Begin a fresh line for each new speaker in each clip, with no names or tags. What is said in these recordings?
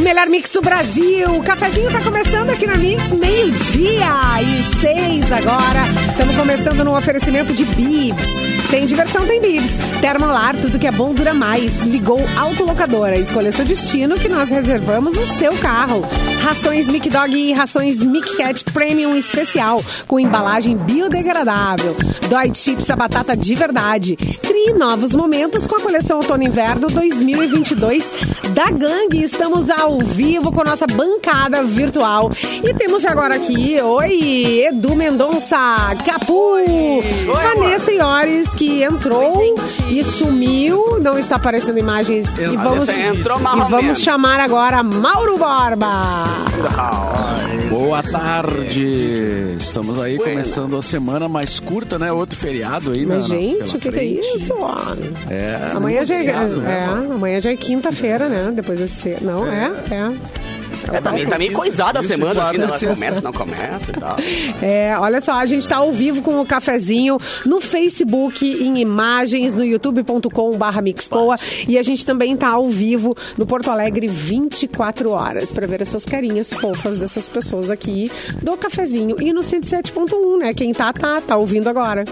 melhor mix do Brasil. O cafezinho tá começando aqui na Mix, meio-dia e seis agora. Estamos começando num oferecimento de bibs. Tem diversão, tem bibs. Termolar, tudo que é bom dura mais. Ligou autolocadora, escolha seu destino que nós reservamos o seu carro. Rações Mic Dog e rações Mic Cat Premium Especial, com embalagem biodegradável. Dói Chips, a batata de verdade. Crie novos momentos com a coleção Outono e Inverno 2022 da Gangue. Estamos ao vivo com a nossa bancada virtual. E temos agora aqui, oi, Edu Mendonça, Capu, Vanessa Iores, que entrou e sumiu, não está aparecendo imagens. e vamos,
é
entrou mais
e
ou menos.
vamos chamar agora Mauro Borba.
Ah,
Boa tarde! Estamos aí
Buena.
começando a semana mais curta, né? Outro feriado aí, né?
Mas, gente, o que, que é isso, homem?
É,
Amanhã já, é,
anunciado, né?
amanhã já é quinta-feira, né? Depois desse. cedo. Não, é? É.
É, tá, meio- tá meio coisada a
Isso,
semana,
claro,
assim, né? Ela
sexta.
começa, não começa e tal.
É, olha só, a gente tá ao vivo com o cafezinho no Facebook, em imagens, no youtube.com.br Mixpoa. E a gente também tá ao vivo no Porto Alegre 24 horas pra ver essas carinhas fofas dessas pessoas aqui do cafezinho. E no 107.1, né? Quem tá, tá, tá ouvindo agora.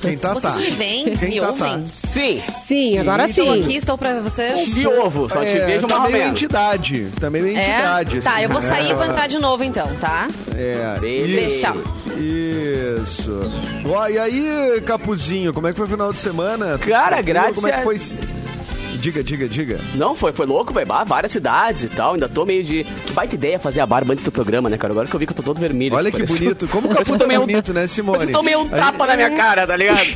Quem tá, tá.
Vocês me veem?
Quem
me
tá, tá.
ouvem?
Sim,
Sim, agora sim.
Estou aqui, estou pra vocês.
de ovo, só te
É,
vejo
tá
uma
meio
vez.
entidade. Também meio entidade.
É? Tá,
assim,
eu vou
né?
sair e vou entrar de novo então, tá?
É.
Beleza.
Isso,
Tchau.
Isso. Ó, e aí, Capuzinho, como é que foi o final de semana? Tudo
Cara,
tranquilo? Como é que foi?
graças Uhum.
Diga, diga, diga.
Não, foi, foi louco, vai bah, várias cidades e tal. Ainda tô meio de. Que baita ideia fazer a barba antes do programa, né, cara? Agora que eu vi que eu tô todo vermelho. tipo,
Olha que
parece-
bonito. Como o
Parece que
Capu
eu
tá
tomei um-
bonito, né, Simone?
Parece que eu tomei um
A gente-
tapa na minha cara, tá ligado?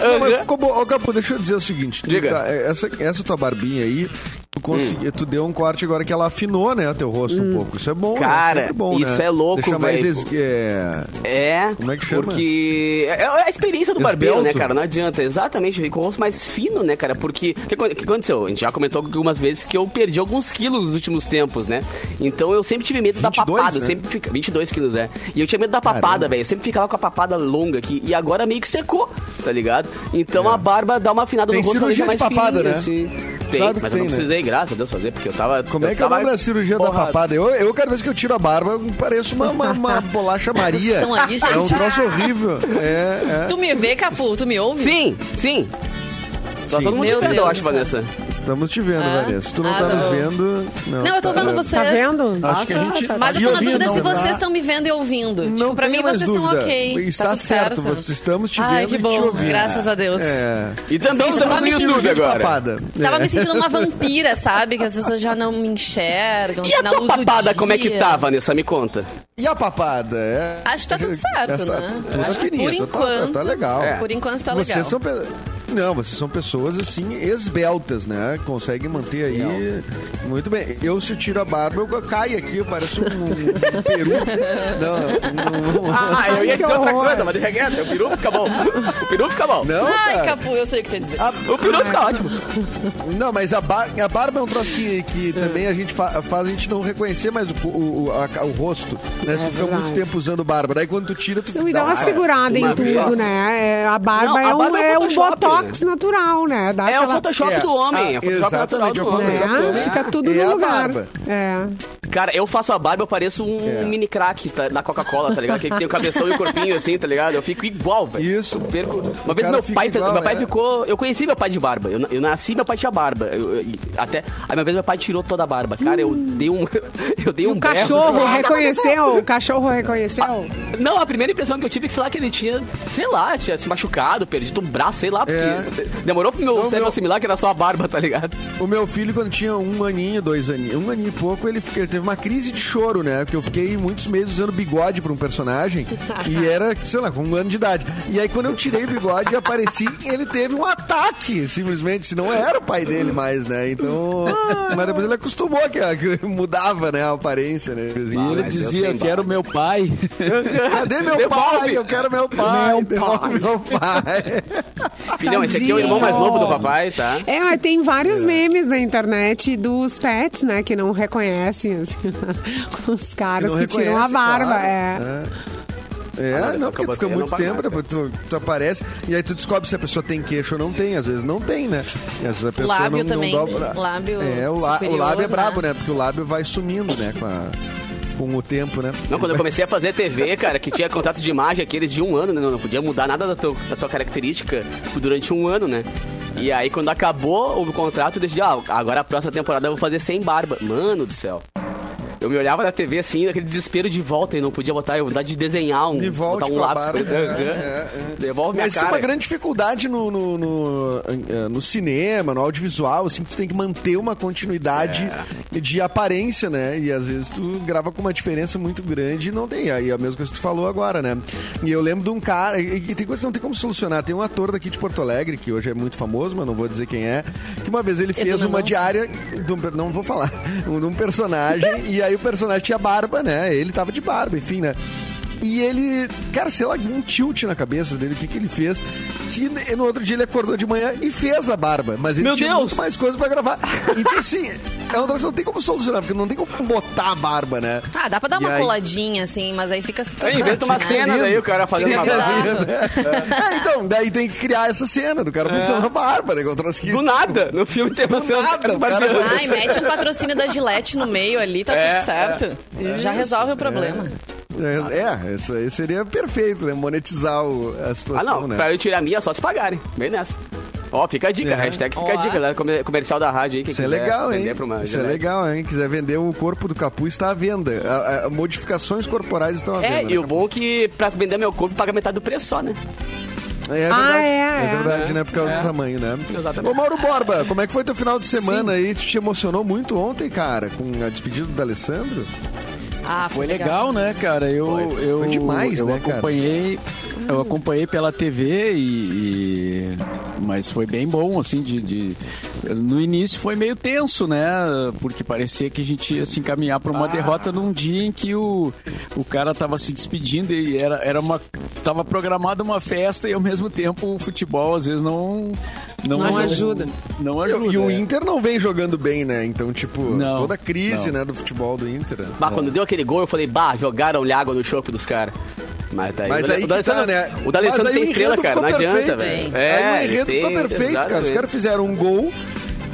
Não, mas
Aham.
ficou bom. Ô, Capu, deixa eu dizer o seguinte. tu
Diga. Hum.
tá- essa, essa tua barbinha aí, tu, consegui, tu deu um corte agora que ela afinou, né, teu rosto
Hum.
um pouco. Isso é bom,
Cara,
né? Sempre bom,
isso
né?
é louco,
Deixa mais
velho.
es- é,
É,
Como é que chama?
porque é é a experiência do barbeiro,
Esbelto?
né, cara? Não adianta, exatamente, fica o rosto mais fino, né, cara? Porque o que, acon- que aconteceu? A gente já comentou algumas vezes que eu perdi alguns quilos nos últimos tempos, né? Então eu sempre tive medo da
22,
papada, eu
né?
sempre fica 22 quilos, é. E eu tinha medo da papada,
Caramba.
velho. Eu sempre ficava com a papada longa aqui e agora meio que secou, tá ligado? Então a barba dá uma afinada
É. Tem
no rosto pra
cirurgia
deixar mais
de papada,
fininho,
né?
assim. Tem,
Sabe que
mas eu
tem,
não
né?
precisei, graças a Deus, fazer, porque eu tava.
Como
eu
é que é o
tava-
nome da cirurgia da
Porra,
papada? Eu, eu cada vez que eu tiro a barba, eu pareço uma, uma- uma bolacha Maria.
Vocês estão aí, gente?
É um troço horrível. É, é.
Tu me vê, Capu? Tu me ouve?
Sim, sim. Só
Sim.
todo mundo
Meu
te vendo, eu
Deus
acho,
do céu.
Vanessa.
Estamos te vendo,
Ah,
Vanessa. Se tu não
ah,
tá
tá
nos
bom.
vendo...
Não, eu tô vendo vocês.
Tá vendo? tá-
Acho que a gente.
Mas eu
E
tô na
ouvindo,
dúvida se
não,
vocês
tá?
estão me vendo e ouvindo. tipo, pra
tem
mim
mais
vocês estão
dúvida.
ok.
Está
tá tudo
certo, vocês estamos te
Ai,
vendo
que
e te
bom.
ouvindo.
Graças a Deus.
É.
E também
Então,
estamos
tava
no
me
YouTube
Cirurgia de
agora.
papada.
Tava
É.
me sentindo uma vampira, sabe? Que as pessoas já não me enxergam.
E a
na
tua
luz do
papada,
dia.
como é que tá, Vanessa? Me conta.
E a papada? É.
Acho que tá tudo certo,
Essa-
né?
Toda
Acho que
fininha,
por
tá- tá-
enquanto-
Tá, legal.
É.
Por enquanto tá
Vocês
legal.
são pe- Não, vocês são pessoas assim, esbeltas, né? Conseguem manter aí muito bem. Eu, se eu tiro a barba, eu caio aqui, eu pareço um, um peru. Não, não,
Ah, eu ia
Que
dizer outra
horror.
coisa, mas deixa quieto. O peru fica bom. O peru fica bom.
não,
Ai,
cara.
Capu, eu sei o que tu ia dizer.
A-
O peru fica ótimo.
não, mas a, bar- a barba é um troço que, que também a gente fa- faz a gente não reconhecer mais o, o, o- a- o rosto, né? Se tu fica
É verdade.
muito tempo usando barba. Daí quando tu tira, tu.
Não, e dá uma
Ah,
segurada em
uma
tudo,
chance.
né? É, A
Não,
barba
a
é um,
barba é
é um
Photoshop.
botox natural, né? Dá
É o
aquela-
Photoshop
É,
do homem. É
ah,
o Photoshop natural
exatamente,
do
é o
homem.
Photoshop.
né?
também.
Fica tudo
É a
no lugar.
barba.
É.
Cara, eu faço a barba, eu pareço um
É.
mini crack tá, da Coca-Cola, tá ligado? Aquele Que tem o cabeção e o corpinho assim, tá ligado? Eu fico igual, velho.
Isso.
Eu perco- Uma vez
cara
meu
fica
pai,
igual,
meu pai
é.
ficou. Eu conheci meu pai de barba. Eu, na- eu nasci, meu pai tinha barba. Eu- eu- até. Aí uma vez meu pai tirou toda a barba. Cara, eu dei um. Eu dei
E
um
o
berro.
cachorro reconheceu? O cachorro reconheceu?
Não, a primeira impressão que eu tive é que, sei lá, que ele tinha, sei lá, tinha se machucado, perdido um braço, sei lá, porque
É.
demorou pro meu
Não,
cérebro
meu-
assimilar que era só a barba, tá ligado?
O meu filho, quando tinha um aninho, dois aninhos, um aninho e pouco, ele, fica- ele teve uma crise de choro, né? Porque eu fiquei muitos meses usando bigode pra um personagem e era, sei lá, com um ano de idade. E aí, quando eu tirei o bigode e apareci, ele teve um ataque, simplesmente. Se não era o pai dele mais, né? Então. Mas depois ele acostumou que, a- que mudava, né? A aparência, né?
E ele
Ah, mas eu
dizia
sem
que era o meu pai.
Cadê meu pai? Eu quero meu pai. Devolve meu pai.
Filhão, esse aqui é
Tadinho.
o irmão mais novo do papai, tá?
É, mas tem vários memes na internet dos pets, né? Que não reconhecem assim, os caras
Não
que tiram a
reconhece, É.
barba.
claro.
É.
É. É,
Ah, mas
não,
depois que eu botei,
porque tu fica
eu não
muito
pago
tempo,
mais, né?
depois tu, tu aparece e aí tu descobre se a pessoa tem queixo ou não tem. Às vezes não tem, né? E às vezes a pessoa
Lábio
não,
também,
não dobra.
lábio
é, o, lá- o
superior,
lábio é
né?
brabo, né? Porque o lábio vai sumindo, né? Com, a- com o tempo, né?
Não, quando eu comecei a fazer TV, cara, que tinha contrato de imagem aqueles de um ano, né? Não, não podia mudar nada da, teu- da tua característica durante um ano, né? E aí, quando acabou o contrato, eu decidi, ah, agora a próxima temporada eu vou fazer sem barba. Mano do céu. Eu me olhava na TV assim, naquele desespero de volta e não podia botar, eu vontade de desenhar um,
Me volte
botar um
com a
lápis.
barba.
Aham.
É, é, é.
Devolve minha
Mas isso é
cara.
uma grande dificuldade no, no, no, eh, no cinema, no audiovisual, assim, que tu tem que manter uma continuidade de aparência, né? E às vezes tu grava com uma diferença muito grande e não tem. Aí é a mesma coisa que tu falou agora, né? E eu lembro de um cara, e e tem coisa que não tem como solucionar. Tem um ator daqui de Porto Alegre, que hoje é muito famoso, mas não vou dizer quem é, que uma vez ele fez
Edu
uma
Mendonça?
diária, de um per- não vou falar, de um personagem, e aí o personagem tinha barba, né? Ele tava de barba, enfim, né? E ele, cara, sei lá, um tilt na cabeça dele, o que, que ele fez? Que ne- no outro dia ele acordou de manhã e fez a barba. Mas ele
Meu
tinha
Deus!
muito mais coisas pra gravar. Então, assim, é um troço que não tem como solucionar, porque não tem como botar a barba, né?
Ah, dá pra dar
E
uma
aí-
coladinha, assim, mas aí fica super.
Ah, Aí, inventa uma
né?
cena daí, o cara fazendo
Fica
uma barba.
bizarro.
É, então, daí tem que criar essa cena do cara postando a barba, né? Que é um troço que...
Do nada, no filme tem você
nada,
cara
o cara
barbeando.
vai-
Ai, mete um patrocínio da Gillette no meio ali, tá
É,
tudo certo.
Isso,
Já resolve o problema.
É, é, isso aí seria perfeito, né? Monetizar o- a
Ah,
situação,
não,
né?
pra eu tirar a minha, só se pagarem. Bem nessa. Ó, fica a dica,
É.
hashtag fica a
Ó.
dica, galera. Comer- Comercial da rádio aí, que
Isso é legal, hein? Isso é
legal.
legal, hein? Quiser vender o corpo do capuz, está à venda. A- a- modificações corporais estão à venda.
É,
né?
e o bom é que pra vender meu corpo paga metade do preço só, né?
É verdade,
Ah, é,
é,
é.
verdade, né? Por causa do tamanho, né? Ô, Mauro Borba, como é que foi teu final de semana aí? Tu te emocionou muito ontem, cara, com a despedida do Alessandro?
Ah,
Foi legal, né, cara? Eu, eu,
Foi demais,
eu
né, cara?
acompanhei, Eu acompanhei pela TV e... e- Mas foi bem bom, assim, de, de- No início foi meio tenso, né? Porque parecia que a gente ia se encaminhar para uma derrota num dia em que o, o cara tava se despedindo e era, era uma... Tava programada uma festa e, ao mesmo tempo, o futebol, às vezes, não... Não,
Não ajuda.
Não ajuda.
e o
é.
Inter não vem jogando bem, né? Então, tipo,
Não,
toda a crise,
não.
né, do futebol do Inter. né?
Bah, quando deu aquele gol, eu falei, bah, jogaram-lhe água no chope dos caras. Mas, tá aí.
Mas
o,
aí
o
que
D'Alessandro-
tá, né?
O D'Alessandro
Mas aí
tem
o
estrela,
enredo
cara, não
ficou
adianta,
perfeito.
velho. É,
aí o enredo ficou
tem-
perfeito, cara. Os
exatamente.
caras fizeram um gol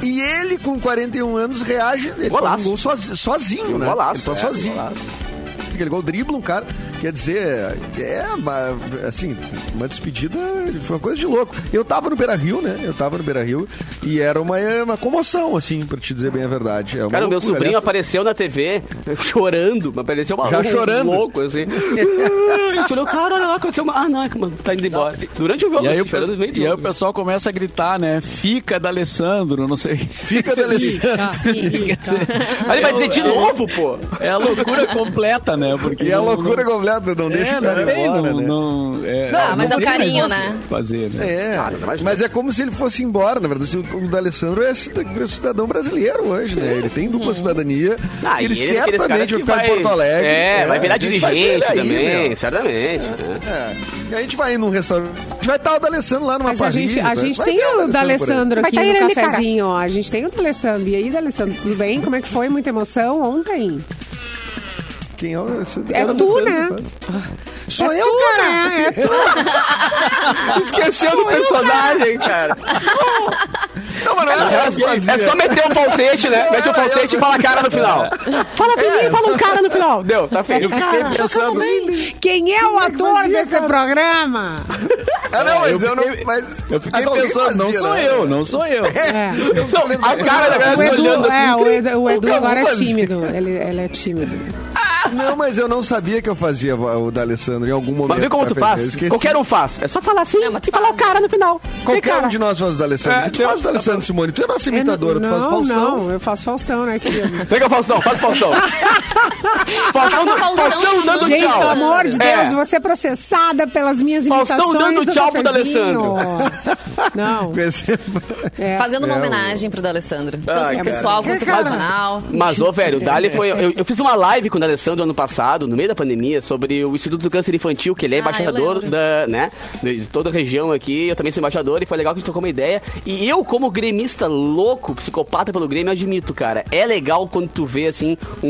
e ele, com 41 anos, reage. Ele faz
Golaço.
um gol sozi- sozinho,
Um
né?
golaço,
ele faz
é,
sozinho.
golaço.
Aquele gol dribla um cara. Quer dizer, é uma- assim, uma despedida foi uma coisa de louco. Eu tava no Beira Rio, né? Eu tava no Beira Rio e era uma, uma comoção, assim, pra te dizer bem a verdade. É uma
Cara, o meu
loucura.
sobrinho
Aliás,
apareceu na TV chorando, mas apareceu uma
Já
um
chorando.
louco, assim. a gente olhou, cara, olha lá, aconteceu uma. Ah, não, mano, tá indo embora. Durante o jogo,
E aí,
assim,
o, pe-
chorando no meio do
e aí o
jogo.
pessoal começa a gritar, né? Fica da Alessandro, não sei.
Fica da Alessandra.
Aí ele vai dizer de novo, pô.
É a loucura completa, né? Porque
E é a
não-
loucura completa, não
não-
deixa
é,
o cara
não tem,
embora,
não-
né?
não- é,
Ah, mas
não
é o
tem mais
carinho,
o que
né?
Fazer, né?
É,
Claro, não imagina.
mas é como se ele fosse embora, na verdade. O D'Alessandro é cida- cidadão brasileiro hoje, né? Ele tem dupla cidadania.
Uhum. Ah, e
ele,
é daqueles caras
certamente vai
que
ficar em Porto Alegre.
É, vai virar
a gente vai ver
dirigente
ele aí,
também,
meu.
certamente. né?
É. E a gente vai ir num restaurante. A gente vai estar o D'Alessandro lá numa
Mas a gente, a
parrilha,
gente
né? vai-
tem
vai ver
o D'Alessandro
aí.
aqui
Vai tá
no
ele ali, cara.
cafezinho, ó. A gente tem o D'Alessandro. E aí, D'Alessandro, tudo bem? Como é que foi? Muita emoção ontem?
por aí. Quem é o D'Alessandro?
É
Eu não
tu,
sei,
né?
rapaz. Sou eu,
tu,
cara!
né? É tu.
Esqueceu do personagem, cara.
Não, mas não é aquelas
É
vazias.
só meter um falsete, né? Mete um falsete e fala cara no final. Fala pequenininho e fala um cara no final. Deu, tá feito.
Pensando,
Quem é o
é que
ator
fazia,
desse
cara?
programa?
Ah, não, mas eu,
fiquei-
não. Mas,
eu fiquei
mas alguém
pensando, não
fazia,
sou
né?
eu, não sou eu.
É.
Não, a cara da galera
O
se olhando
Edu,
assim.
é, o Edu, o Edu
Nunca
agora é
mais.
tímido. Ele, ele é tímido.
Não, mas eu não sabia que eu fazia o D'Alessandro em algum momento.
Mas vê como tu
tá, Fernando? Eu
faz.
esqueci.
Qualquer um faz. É só falar assim
Não, mas tu
e falar o
faz.
cara no final. Vê,
Qualquer
cara.
um de nós faz o D'Alessandro.
É,
tu
tem um-
faz o D'Alessandro, Simone. Tu é nossa imitadora, tu faz
não,
Faustão.
Não, eu faço Faustão, né, querido?
Pega o Faustão, faz o Faustão. Faustão,
Faz o Faustão
Faustão dando
chamando.
Gente,
tchau.
pelo amor de
É.
Deus, você é processada pelas minhas imitações
Faustão dando
do
tchau pro
cafezinho. Não,
Pensei-
é.
Fazendo
É,
uma
o-
homenagem pro D'Alessandro.
Ah,
Tanto
cara.
pro pessoal quanto pro
cara.
profissional.
Mas, ô, velho, o Dali foi. Eu, eu fiz uma live com o D'Alessandro do ano passado, no meio da pandemia, sobre o Instituto do Câncer Infantil, que ele é
Ah, eu
embaixador
lembro.
da, né, de toda a região aqui. Eu também sou embaixador e foi legal que a gente trocou uma ideia. E eu, como gremista louco, psicopata pelo Grêmio, admito, cara. É legal quando tu vê, assim, um,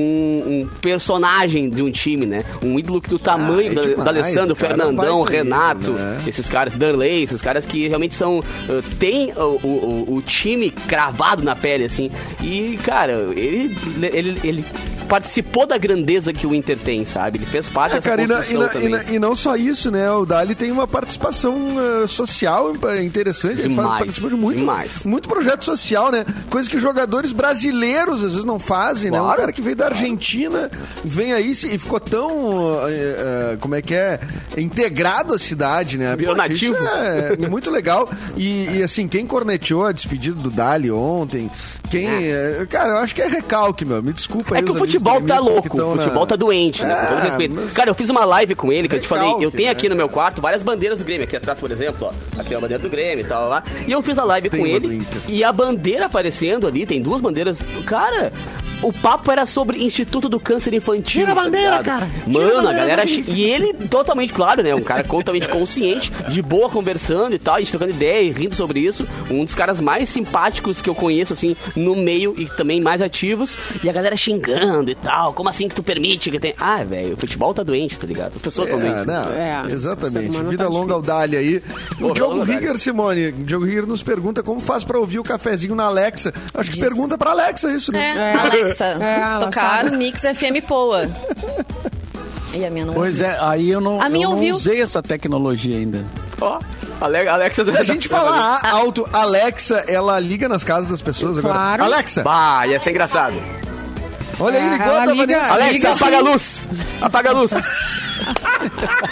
um personagem de um time, né? Um ídolo do tamanho
é
da,
demais,
da Alessandro,
cara,
Fernandão,
vai ter isso,
Renato,
né?
esses caras, Danley, esses caras que realmente são. uh, tem o, o- o- o time cravado na pele, assim. E, cara, ele, ele, ele participou da grandeza que o Inter tem, sabe? Ele fez parte
É,
dessa
cara, e, na- e
construção
na- e
também.
na- e não só isso, né? O Dali tem uma participação eh, social eh, interessante. Ele faz,
Demais,
participa de muito,
demais.
muito projeto social, né? Coisa que jogadores brasileiros às vezes não fazem, né? Um
Claro.
cara que veio da Argentina, vem aí se- e ficou tão, eh, eh, como é que é, integrado à cidade, né?
Virou
Poxa, isso
nativo.
é muito legal. E, e, assim, quem corneteou a despedida do Dali ontem, quem... eh, cara, eu acho que é recalque, meu. Me desculpa aí
É que o
os amigos
futebol tá
gremistas que
louco,
tão
o
na-
futebol tá doente, né? Com todo
É,
respeito.
mas-
Cara, eu fiz uma live com ele, que eu te falei, eu
Recalque,
tenho aqui
né,
no meu
cara?
quarto várias bandeiras do Grêmio, aqui atrás, por exemplo, ó, aqui é a bandeira do Grêmio e tal, lá. E eu fiz a live
Tem
com
uma do
ele,
Inter.
e a bandeira aparecendo ali, tem duas bandeiras, cara... O papo era sobre Instituto do Câncer Infantil.
Tira a
tá
bandeira,
ligado?
cara. Tira a
Mano, a
bandeira
galera.
daí.
chi- E ele totalmente, claro, né? Um cara totalmente consciente, de boa conversando e tal, a gente trocando ideia e rindo sobre isso. Um dos caras mais simpáticos que eu conheço, assim, no meio e também mais ativos. E a galera xingando e tal. Como assim que tu permite que tem. Ah, velho, o futebol tá doente, tá ligado? As pessoas estão doentes.
É, não,
É, ser
exatamente.
humano
Vida
tá
longa ao
difícil.
Dali aí. O
Pô,
Diogo
longa ao Dali.
Rigger, Simone. O Diogo Rigger nos pergunta como faz pra ouvir o cafezinho na Alexa. Acho que pergunta pra Alexa isso,
É,
né?
Alexa,
ela
tocar
sabe.
Mix FM Poa. E a minha não
Pois é, aí eu não,
A
eu
minha
não
ouviu.
usei essa tecnologia ainda.
Ó, Ale Alexa
Se a gente falar alto, Alexa, ela liga nas casas das pessoas agora.
Claro.
Alexa,
Bah, ia ser engraçado.
olha aí,
É,
ligou
ela
a da
liga-
Vanessa.
Alexa,
Liga assim.
apaga a luz! Apaga a luz!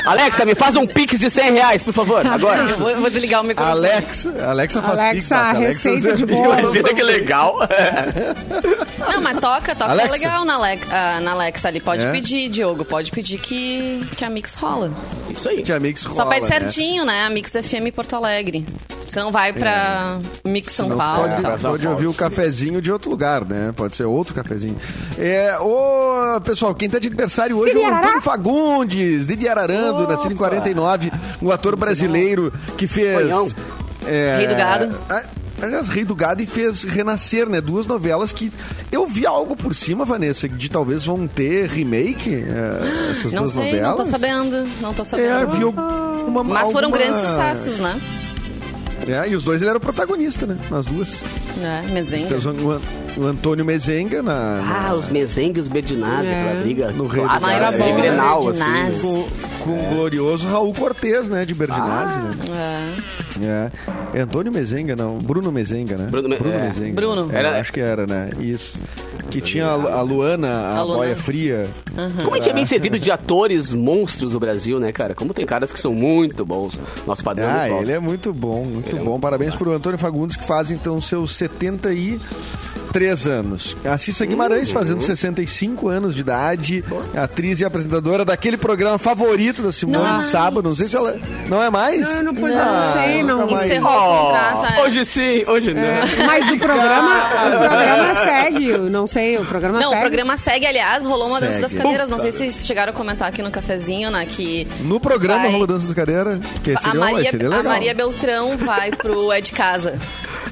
Alexa, me faz um pix de 100 reais, por favor,
Tá
é.
agora.
Eu vou, vou desligar o microfone.
Alexa, Alexa faz
Alexa,
pique, passa.
receita de bolo.
Imagina que legal.
É. Não, mas toca, toca é
Alexa.
legal na, Ale- ah, na Alexa ali. Pode
É?
pedir, Diogo, pode pedir que, que a Mix rola.
Isso aí.
Que a Mix
Só
rola,
pede
né?
certinho, né? A Mix FM Porto Alegre. Você não vai pra Mix São
É. Não
Paulo e
pode,
tal.
tá.
pode ouvir o cafezinho de outro lugar, né? Pode ser outro cafezinho. É, ô, pessoal, quem tá de aniversário hoje é o Antônio Fagundes, Didi Ararando, nascido em 49, um ator brasileiro que
Olhão.
fez... é,
Rei do Gado.
a- Aliás, Rei do Gado e fez Renascer, né? Duas novelas que eu vi algo por cima, Vanessa, de talvez vão ter remake, é, essas
Não
duas
sei,
novelas.
não tô sabendo. Não tô
É,
sabendo.
vi alguma,
mas foram
alguma-
grandes sucessos, né?
É, e os dois ele era o protagonista, né? Nas duas.
É, mesenga.
Fez o, o An- o Antônio Mezenga na, na-
Ah, os Mezengue e os Bedinazzi,
É.
aquela briga
No Rei
clássica,
dos
né?
Arabes.
Em Grenal, assim.
Bedinazzi.
né?
com, com o glorioso Raul Cortez, né? De Berdinazzi,
É.
né? É. É Antônio Mezenga, não. Bruno Mezenga, né?
Bruno Me- é.
Mezenga.
Bruno.
É,
Era-
acho que era, né? Isso. Que tinha a, Lu- a Luana, a,
A Luana.
boia fria.
Como a gente é bem servido de atores monstros do Brasil, né, cara? Como tem caras que são muito bons. Nosso padrão
Ah,
é muito alto.
ele é muito bom, muito
Ele é
bom.
muito
Parabéns pro Antônio Fagundes, que faz então seus 73 anos. A Cissa
Uhum.
Guimarães, fazendo 65 anos de idade, atriz e apresentadora daquele programa favorito da Simone
Não é
de sábado. Não sei se ela. Não é mais?
Não, eu não pude,
Ah,
não sei, não.
nunca mais.
Encerrou o contrato. É.
Hoje sim, hoje não.
Mas o programa, o programa segue, eu não sei, o programa
Não,
segue.
o programa segue, aliás, rolou uma dança
Segue.
das cadeiras. Não sei se vocês chegaram a comentar aqui no cafezinho, né? Que
No programa
Vai.
Rolou Dança dos Cadeira, que
a
seria, uma-
Maria,
seria
a
legal.
Maria Beltrão vai pro É de Casa.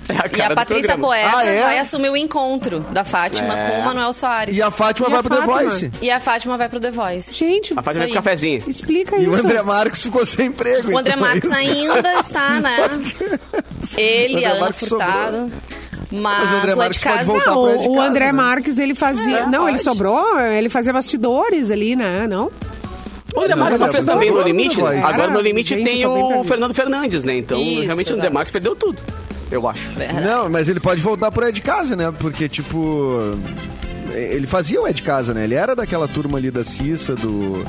É a
E
cara
a
do
Patrícia
programa.
Poeta
Ah, é?
vai assumir o encontro da Fátima
É.
com o Manuel Soares.
E a Fátima
E a
vai pro The
Fátima?
Voice.
E a Fátima vai pro The Voice.
Gente,
A
Isso
Fátima é
aí.
cafezinho.
explica
E
isso.
o André Marques ficou sem emprego.
O André
então é
Marques
isso.
ainda está, né?
O
Ele,
André
a Ana
Marques
Furtado. Mas,
Mas o André
o É de
Marques pode
Casa...
voltar.
Não,
Tá pra ele de
o
casa,
André
né?
Marques, ele fazia.
É,
não, ele
pode.
sobrou, ele fazia bastidores ali, né? Não?
Olha,
Mas
mas
é,
uma fez
mas
também
é
no
bom,
limite.
né,
né?
voz?
Agora no
Cara,
limite
gente,
tem
eu tô bem
o
perdido.
Fernando Fernandes, né? Então,
Isso,
realmente o André
exato.
Marques perdeu tudo. Eu acho.
Não, mas ele pode voltar pro É de Casa, né? Porque, tipo. Ele fazia o É de Casa, né? Ele era daquela turma ali da Cissa, do.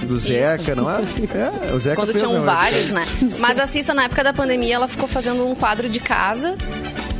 Do Zeca, não é? É, o Zeca
Quando
fez, né, o É
tinham
de Casa.
vários, né? Mas a Cissa, na época da pandemia, ela ficou fazendo um quadro de casa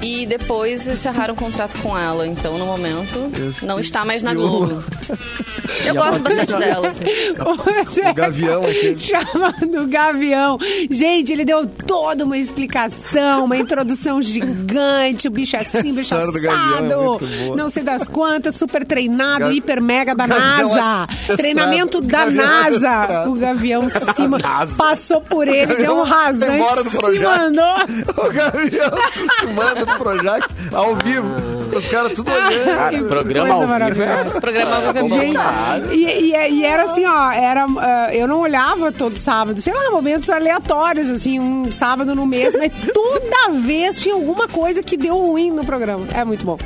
e depois encerraram o contrato com ela. Então, no momento,
Isso.
não está mais na
E o-
Globo. Eu gosto bastante dela. assim.
O
O gavião aquele.
Chamando o Gavião. Gente, ele deu toda uma explicação, uma introdução gigante. O bicho é assim, o bicho
A
assado.
história do Gavião é muito boa.
não sei das quantas, super treinado,
Gavi-
hiper mega da
Gavião
NASA.
é
Treinamento da
adestrado. Gavião é
NASA.
adestrado.
O Gavião se ma-
NASA.
passou por ele, deu um
Gavião foi embora
rasante,
do
se
projeto.
mandou.
O Gavião se estimando do Projac ao vivo. Os caras
Ah,
tudo
Cara,
olhando.
Coisa
programa ao vivo. é
maravilhosa.
É,
Programa Viva
Gente,
Bom.
e, e- e era assim, ó, era, ah, eu não olhava todo sábado, sei lá, momentos aleatórios, assim, um sábado no mês, mas toda vez tinha alguma coisa que deu ruim no programa. É muito bom.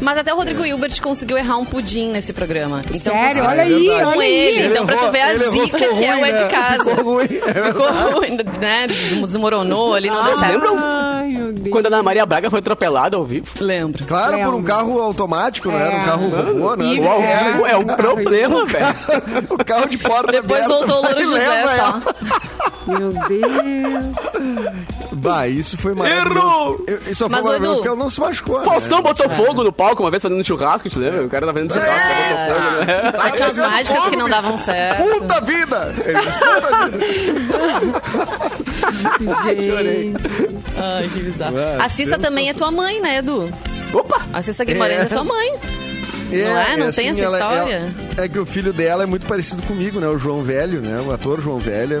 Mas até o Rodrigo Hilbert conseguiu errar um pudim nesse programa. Então,
Sério,
você-
olha
é
aí,
verdade.
olha
Com
aí.
ele, então, pra tu ver a
ele né? errou,
zica
ficou
que é o
ruim,
é de
né?
casa.
Ficou ruim.
Ficou ruim, né? Desmoronou ali,
Ah.
não deu
Vocês
certo.
lembram?
Ai, meu Deus.
Quando a Ana Maria Braga foi atropelada ao vivo.
Lembro.
Claro, por um
Realmente.
carro automático, né? Era
É.
um carro robô, né?
E-
Uau,
É.
é um problema, velho.
O carro de porta
Depois
aberta,
voltou o Louro
ele
José
leva ela.
só.
Meu Deus.
Bah, isso foi maravilhoso.
Errou!
Eu- Isso foi
Mas,
maravilhoso
Edu-
porque ela não se machucou. né?
Faustão botou fogo no palco uma vez fazendo churrasco, te lembra? O cara tá fazendo churrasco.
É.
botou fogo, né?
Aí tinha umas
pegando
mágicas
fogo,
que não
bicho.
davam certo.
Puta vida! É Ele disse,
é?
Puta vida!
Gente.
Ai, que bizarro.
Ué,
A Cissa também é tua mãe, né, Edu?
tá Opa!
A Cissa Guimarães é,
É.
tua mãe. Não é? Não tem essa história?
assim, ela- é que o filho dela é muito parecido comigo, né? O João Velho, né? O ator João Velho é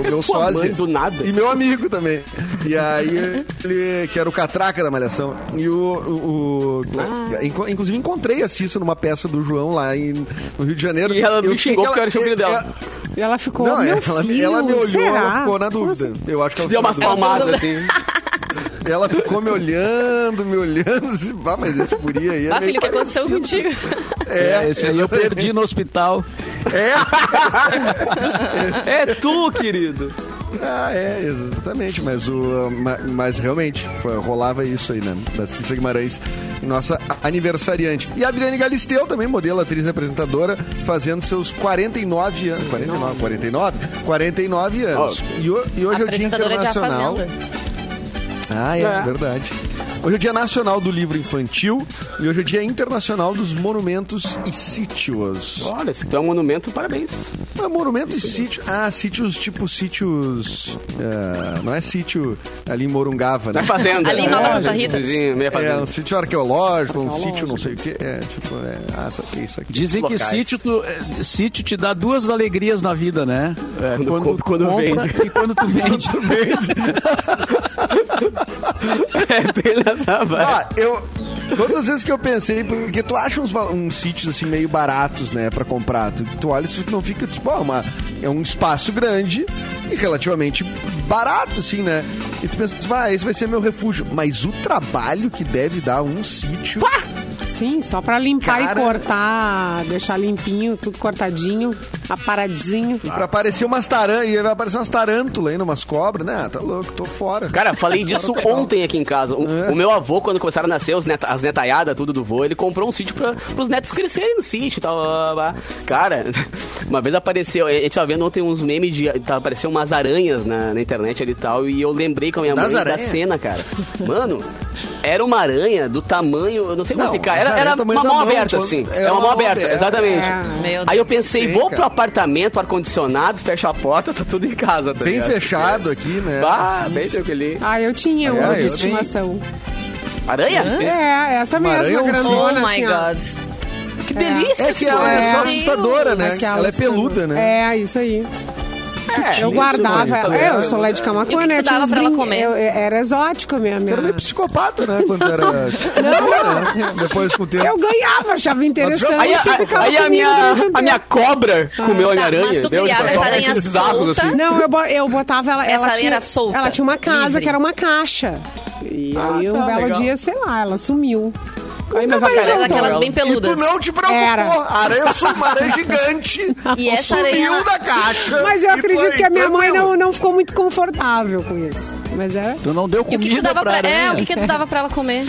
meu
Tua mãe,
sósia.
do nada.
E meu amigo também. E aí, ele, que era o catraca da Malhação. E o... o- o-
Ah.
Inco- Inclusive, encontrei a Cissa numa peça do João lá em- no Rio de Janeiro.
E ela me
Eu fiquei
xingou
aquela-
porque eu era seu filho dela.
E ela ficou,
Não,
meu
ela,
filho,
ela me olhou,
será?
ela ficou na dúvida.
assim?
Eu acho que ela
Deu
ficou
umas
na dúvida.
palmadas assim.
Ela ficou me olhando, me olhando. assim, Ah, mas esse guri aí. é
Ah,
meio
filho, o que aconteceu
parecido."
contigo?
É, esse aí eu perdi no hospital.
É,
É tu, querido.
ah, é, exatamente. Mas, o, ah, ma- mas realmente, foi- rolava isso aí, né? Da Cissa Guimarães, nossa aniversariante. E a Adriane Galisteu também, modelo, atriz e apresentadora, fazendo seus 49 anos. 49, 49? 49 anos. E, ho- e hoje é o Dia
Apresentadora de A
Internacional.
Fazenda.
Ah, é,
É.
verdade. Hoje é o Dia Nacional do Livro Infantil e hoje é o Dia Internacional dos Monumentos e Sítios.
Olha, se tu é um monumento, parabéns.
Ah, monumento e sítio. Ah, sítios tipo sítios. é, não é sítio ali em Morungava, né?
Na fazenda. É,
Ali em Nova Santa Rita.
Vizinho, meia
É,
fazenda.
um sítio arqueológico, um sítio não sei o que. É, tipo, é, ah, isso aqui, isso aqui.
Dizem
Locais.
que sítio, tu- eh, sítio te dá duas alegrias na vida, né? É,
Quando
quando,
compra-
tu
quando
compra
vende.
e quando tu vende.
É bem nessa vibe.
Ah, eu. Todas as vezes que eu pensei, porque tu acha uns, val- uns sítios assim meio baratos, né, pra comprar. Tu, tu olha e tu não fica, tipo, ó, uma, é um espaço grande e relativamente barato, assim, né? E tu pensa, ah, esse vai ser meu refúgio. Mas o trabalho que deve dar um sítio.
Sim, só pra limpar
Cara.
e cortar, deixar limpinho, tudo cortadinho, aparadinho.
Pra aparecer umas tarântulas, e vai aparecer umas tarântulas ainda, umas cobras, né? Ah, tá louco, tô fora.
Cara, falei disso ontem aqui em casa. O,
É.
o meu avô, quando começaram a nascer os neta- as netaiadas, tudo do vô, ele comprou um sítio pra, pros netos crescerem no sítio e tal. blá, blá, blá. Cara, uma vez apareceu, a gente tava vendo ontem uns memes de. Tá, apareceu umas aranhas na, na internet ali e tal, e eu lembrei com a minha
Das
mãe da
aranhas?
cena, cara. Mano. Era uma aranha do tamanho, eu não sei como
Não,
ficar.
mas
Era,
aranha
era
é o tamanho
uma
da
mão
mão,
aberta,
quando-
assim.
é
É uma
uma
mão
mão
aberta,
aberta. Ah,
exatamente.
É.
Meu
Aí eu
Deus.
pensei,
Sim,
vou
cara.
pro apartamento, ar-condicionado, fecha a porta, tá tudo em casa, tá
Bem
ligado?
fechado aqui, né?
Bah,
Assim,
bem seu que ele.
Ah, eu tinha uma
eu
de
tenho.
estimação.
Aranha?
É, essa
Uma aranha
mesma
ou um
grandona.
Oh
assim,
my
ó.
god.
Que delícia
É
esse
que ela é,
É.
só assustadora, né?
Aquelas
Ela é peluda,
que-
né?
É, isso aí.
É,
Eu guardava.
mano,
é, eu
isso
sou
é-
Lady
E o
Camacuã,
que que
né?
tu
Tinha
dava
uns
pra ela
brin-
comer?
Eu- eu- era exótico, minha minha.
Era meio psicopata, né? Quando era. Tipo, né? Depois com o tempo.
Eu ganhava, achava interessante.
Aí, a,
e ficava
aí a
comigo
minha,
durante um
a minha
tempo.
cobra comeu a minha
Tá,
aranha.
mas tu
deu
criava
uns
essa aranha
bizarros,
solta?
Não, eu, bo- eu botava ela.
Essa
ela
aranha
tinha,
era solta,
Ela tinha uma casa
livre.
que era uma caixa. E
Ah,
aí, um
tá,
belo
legal.
dia, sei lá, ela sumiu. Ainda
mais
Era
Então,
daquelas
ela-
bem
E tu
peludas.
não te preocupou.
Era.
A aranha sou uma aranha gigante.
E essa
sumiu
aranha-
da caixa.
Então,
Mas eu
E tu
acredito
aí,
que a minha mãe
tranquilo.
não, não ficou muito confortável com isso. Mas é.
Tu não deu
E
comida
o que que tu dava
pra
pra... É,
aranha.
o que que tu dava pra ela comer?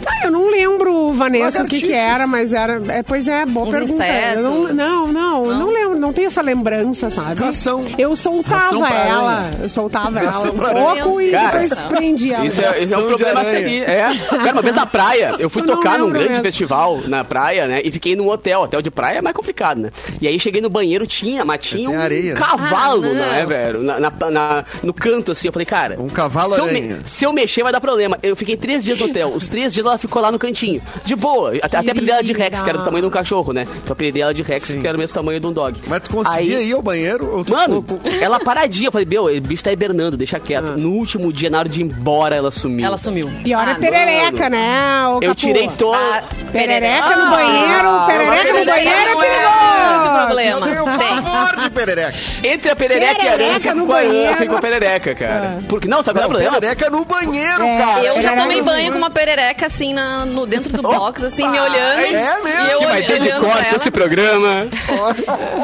Tá, eu não lembro, Vanessa, o que que
Lagartixas.
era, mas era... é, pois é, boa
Uns
pergunta. Eu não,
insetos.
não, não, eu
Não?
não lembro, não tenho essa lembrança, sabe?
Ração.
Eu soltava
Ração pra
ela,
aranha.
eu soltava
Ração
ela um
pra
aranha.
pouco e
Cara,
depois prendia ela.
Isso é, isso é um
Ação de
problema a
aranha.
seguir. É. Cara, uma vez na praia, eu fui
Eu não
tocar num
lembro
grande
mesmo.
festival na praia, né? E fiquei num hotel. Hotel de praia é mais complicado, né? E aí cheguei no banheiro, tinha, mas tinha
Tem
um
areia, né?
cavalo,
Ah, não.
né, velho? Na, na- na- no canto, assim. Eu falei, cara.
Um cavalo
se eu,
aranha.
me- se eu mexer, vai dar problema. Eu fiquei três dias no hotel. Os três dias ela ficou lá no cantinho. De boa. Até, até apelidei ela de Rex, que era do tamanho de um cachorro, né? Então apelidei ela de Rex,
Sim.
que era o mesmo tamanho de um dog.
Mas tu conseguia
Aí-
ir ao banheiro? Ou tu
Mano,
ficou com-
ela paradinha. Eu falei, meu, o bicho tá hibernando, deixa quieto. No último dia, na hora de ir embora, ela sumiu.
Ela sumiu.
Pior é
Ah,
perereca, né? ô
Eu
Capu?
tirei todo.
Ah,
Perereca no
Ah,
banheiro, perereca no banheiro
perereca
é
não é muito
perigoso.
problema.
Eu tenho
Tem.
pavor de perereca.
Entre a perereca, e a aranha, eu
Perereca
fico
no
com a aranha, eu
banheiro.
fico com a perereca, cara. Porque não, sabe
Não,
qual é o problema?
perereca no banheiro,
É,
cara.
Eu já
Perereca
tomei
no
banho com uma perereca assim na, no, dentro do box, assim, me olhando.
É mesmo?
E eu
Que
Vai ter de
olhando pra
corte
ela.
esse programa.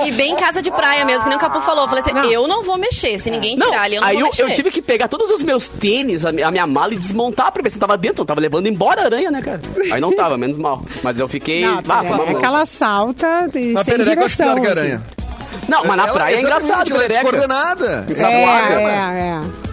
E bem em casa de praia mesmo, que nem o Capu falou. Eu falei assim, eu não vou mexer. Se ninguém tirar ali, eu não
aí
vou
eu,
mexer.
eu tive que pegar todos os meus tênis, a, mi- a minha mala e desmontar pra ver se tava dentro. Não tava levando embora a aranha, né, cara? Aí não tava, menos mal. Mas eu fiquei.
Não, tá a
ah, foi uma-
perereca ela salta e
Mas
sem
perereca é eu acho
direção.
pior que
assim.
aranha.
Não, mas na
Ela-
praia é
exatamente,
engraçado,
ela é
perereca.
descoordenada.
Sabuada,
É, é, é.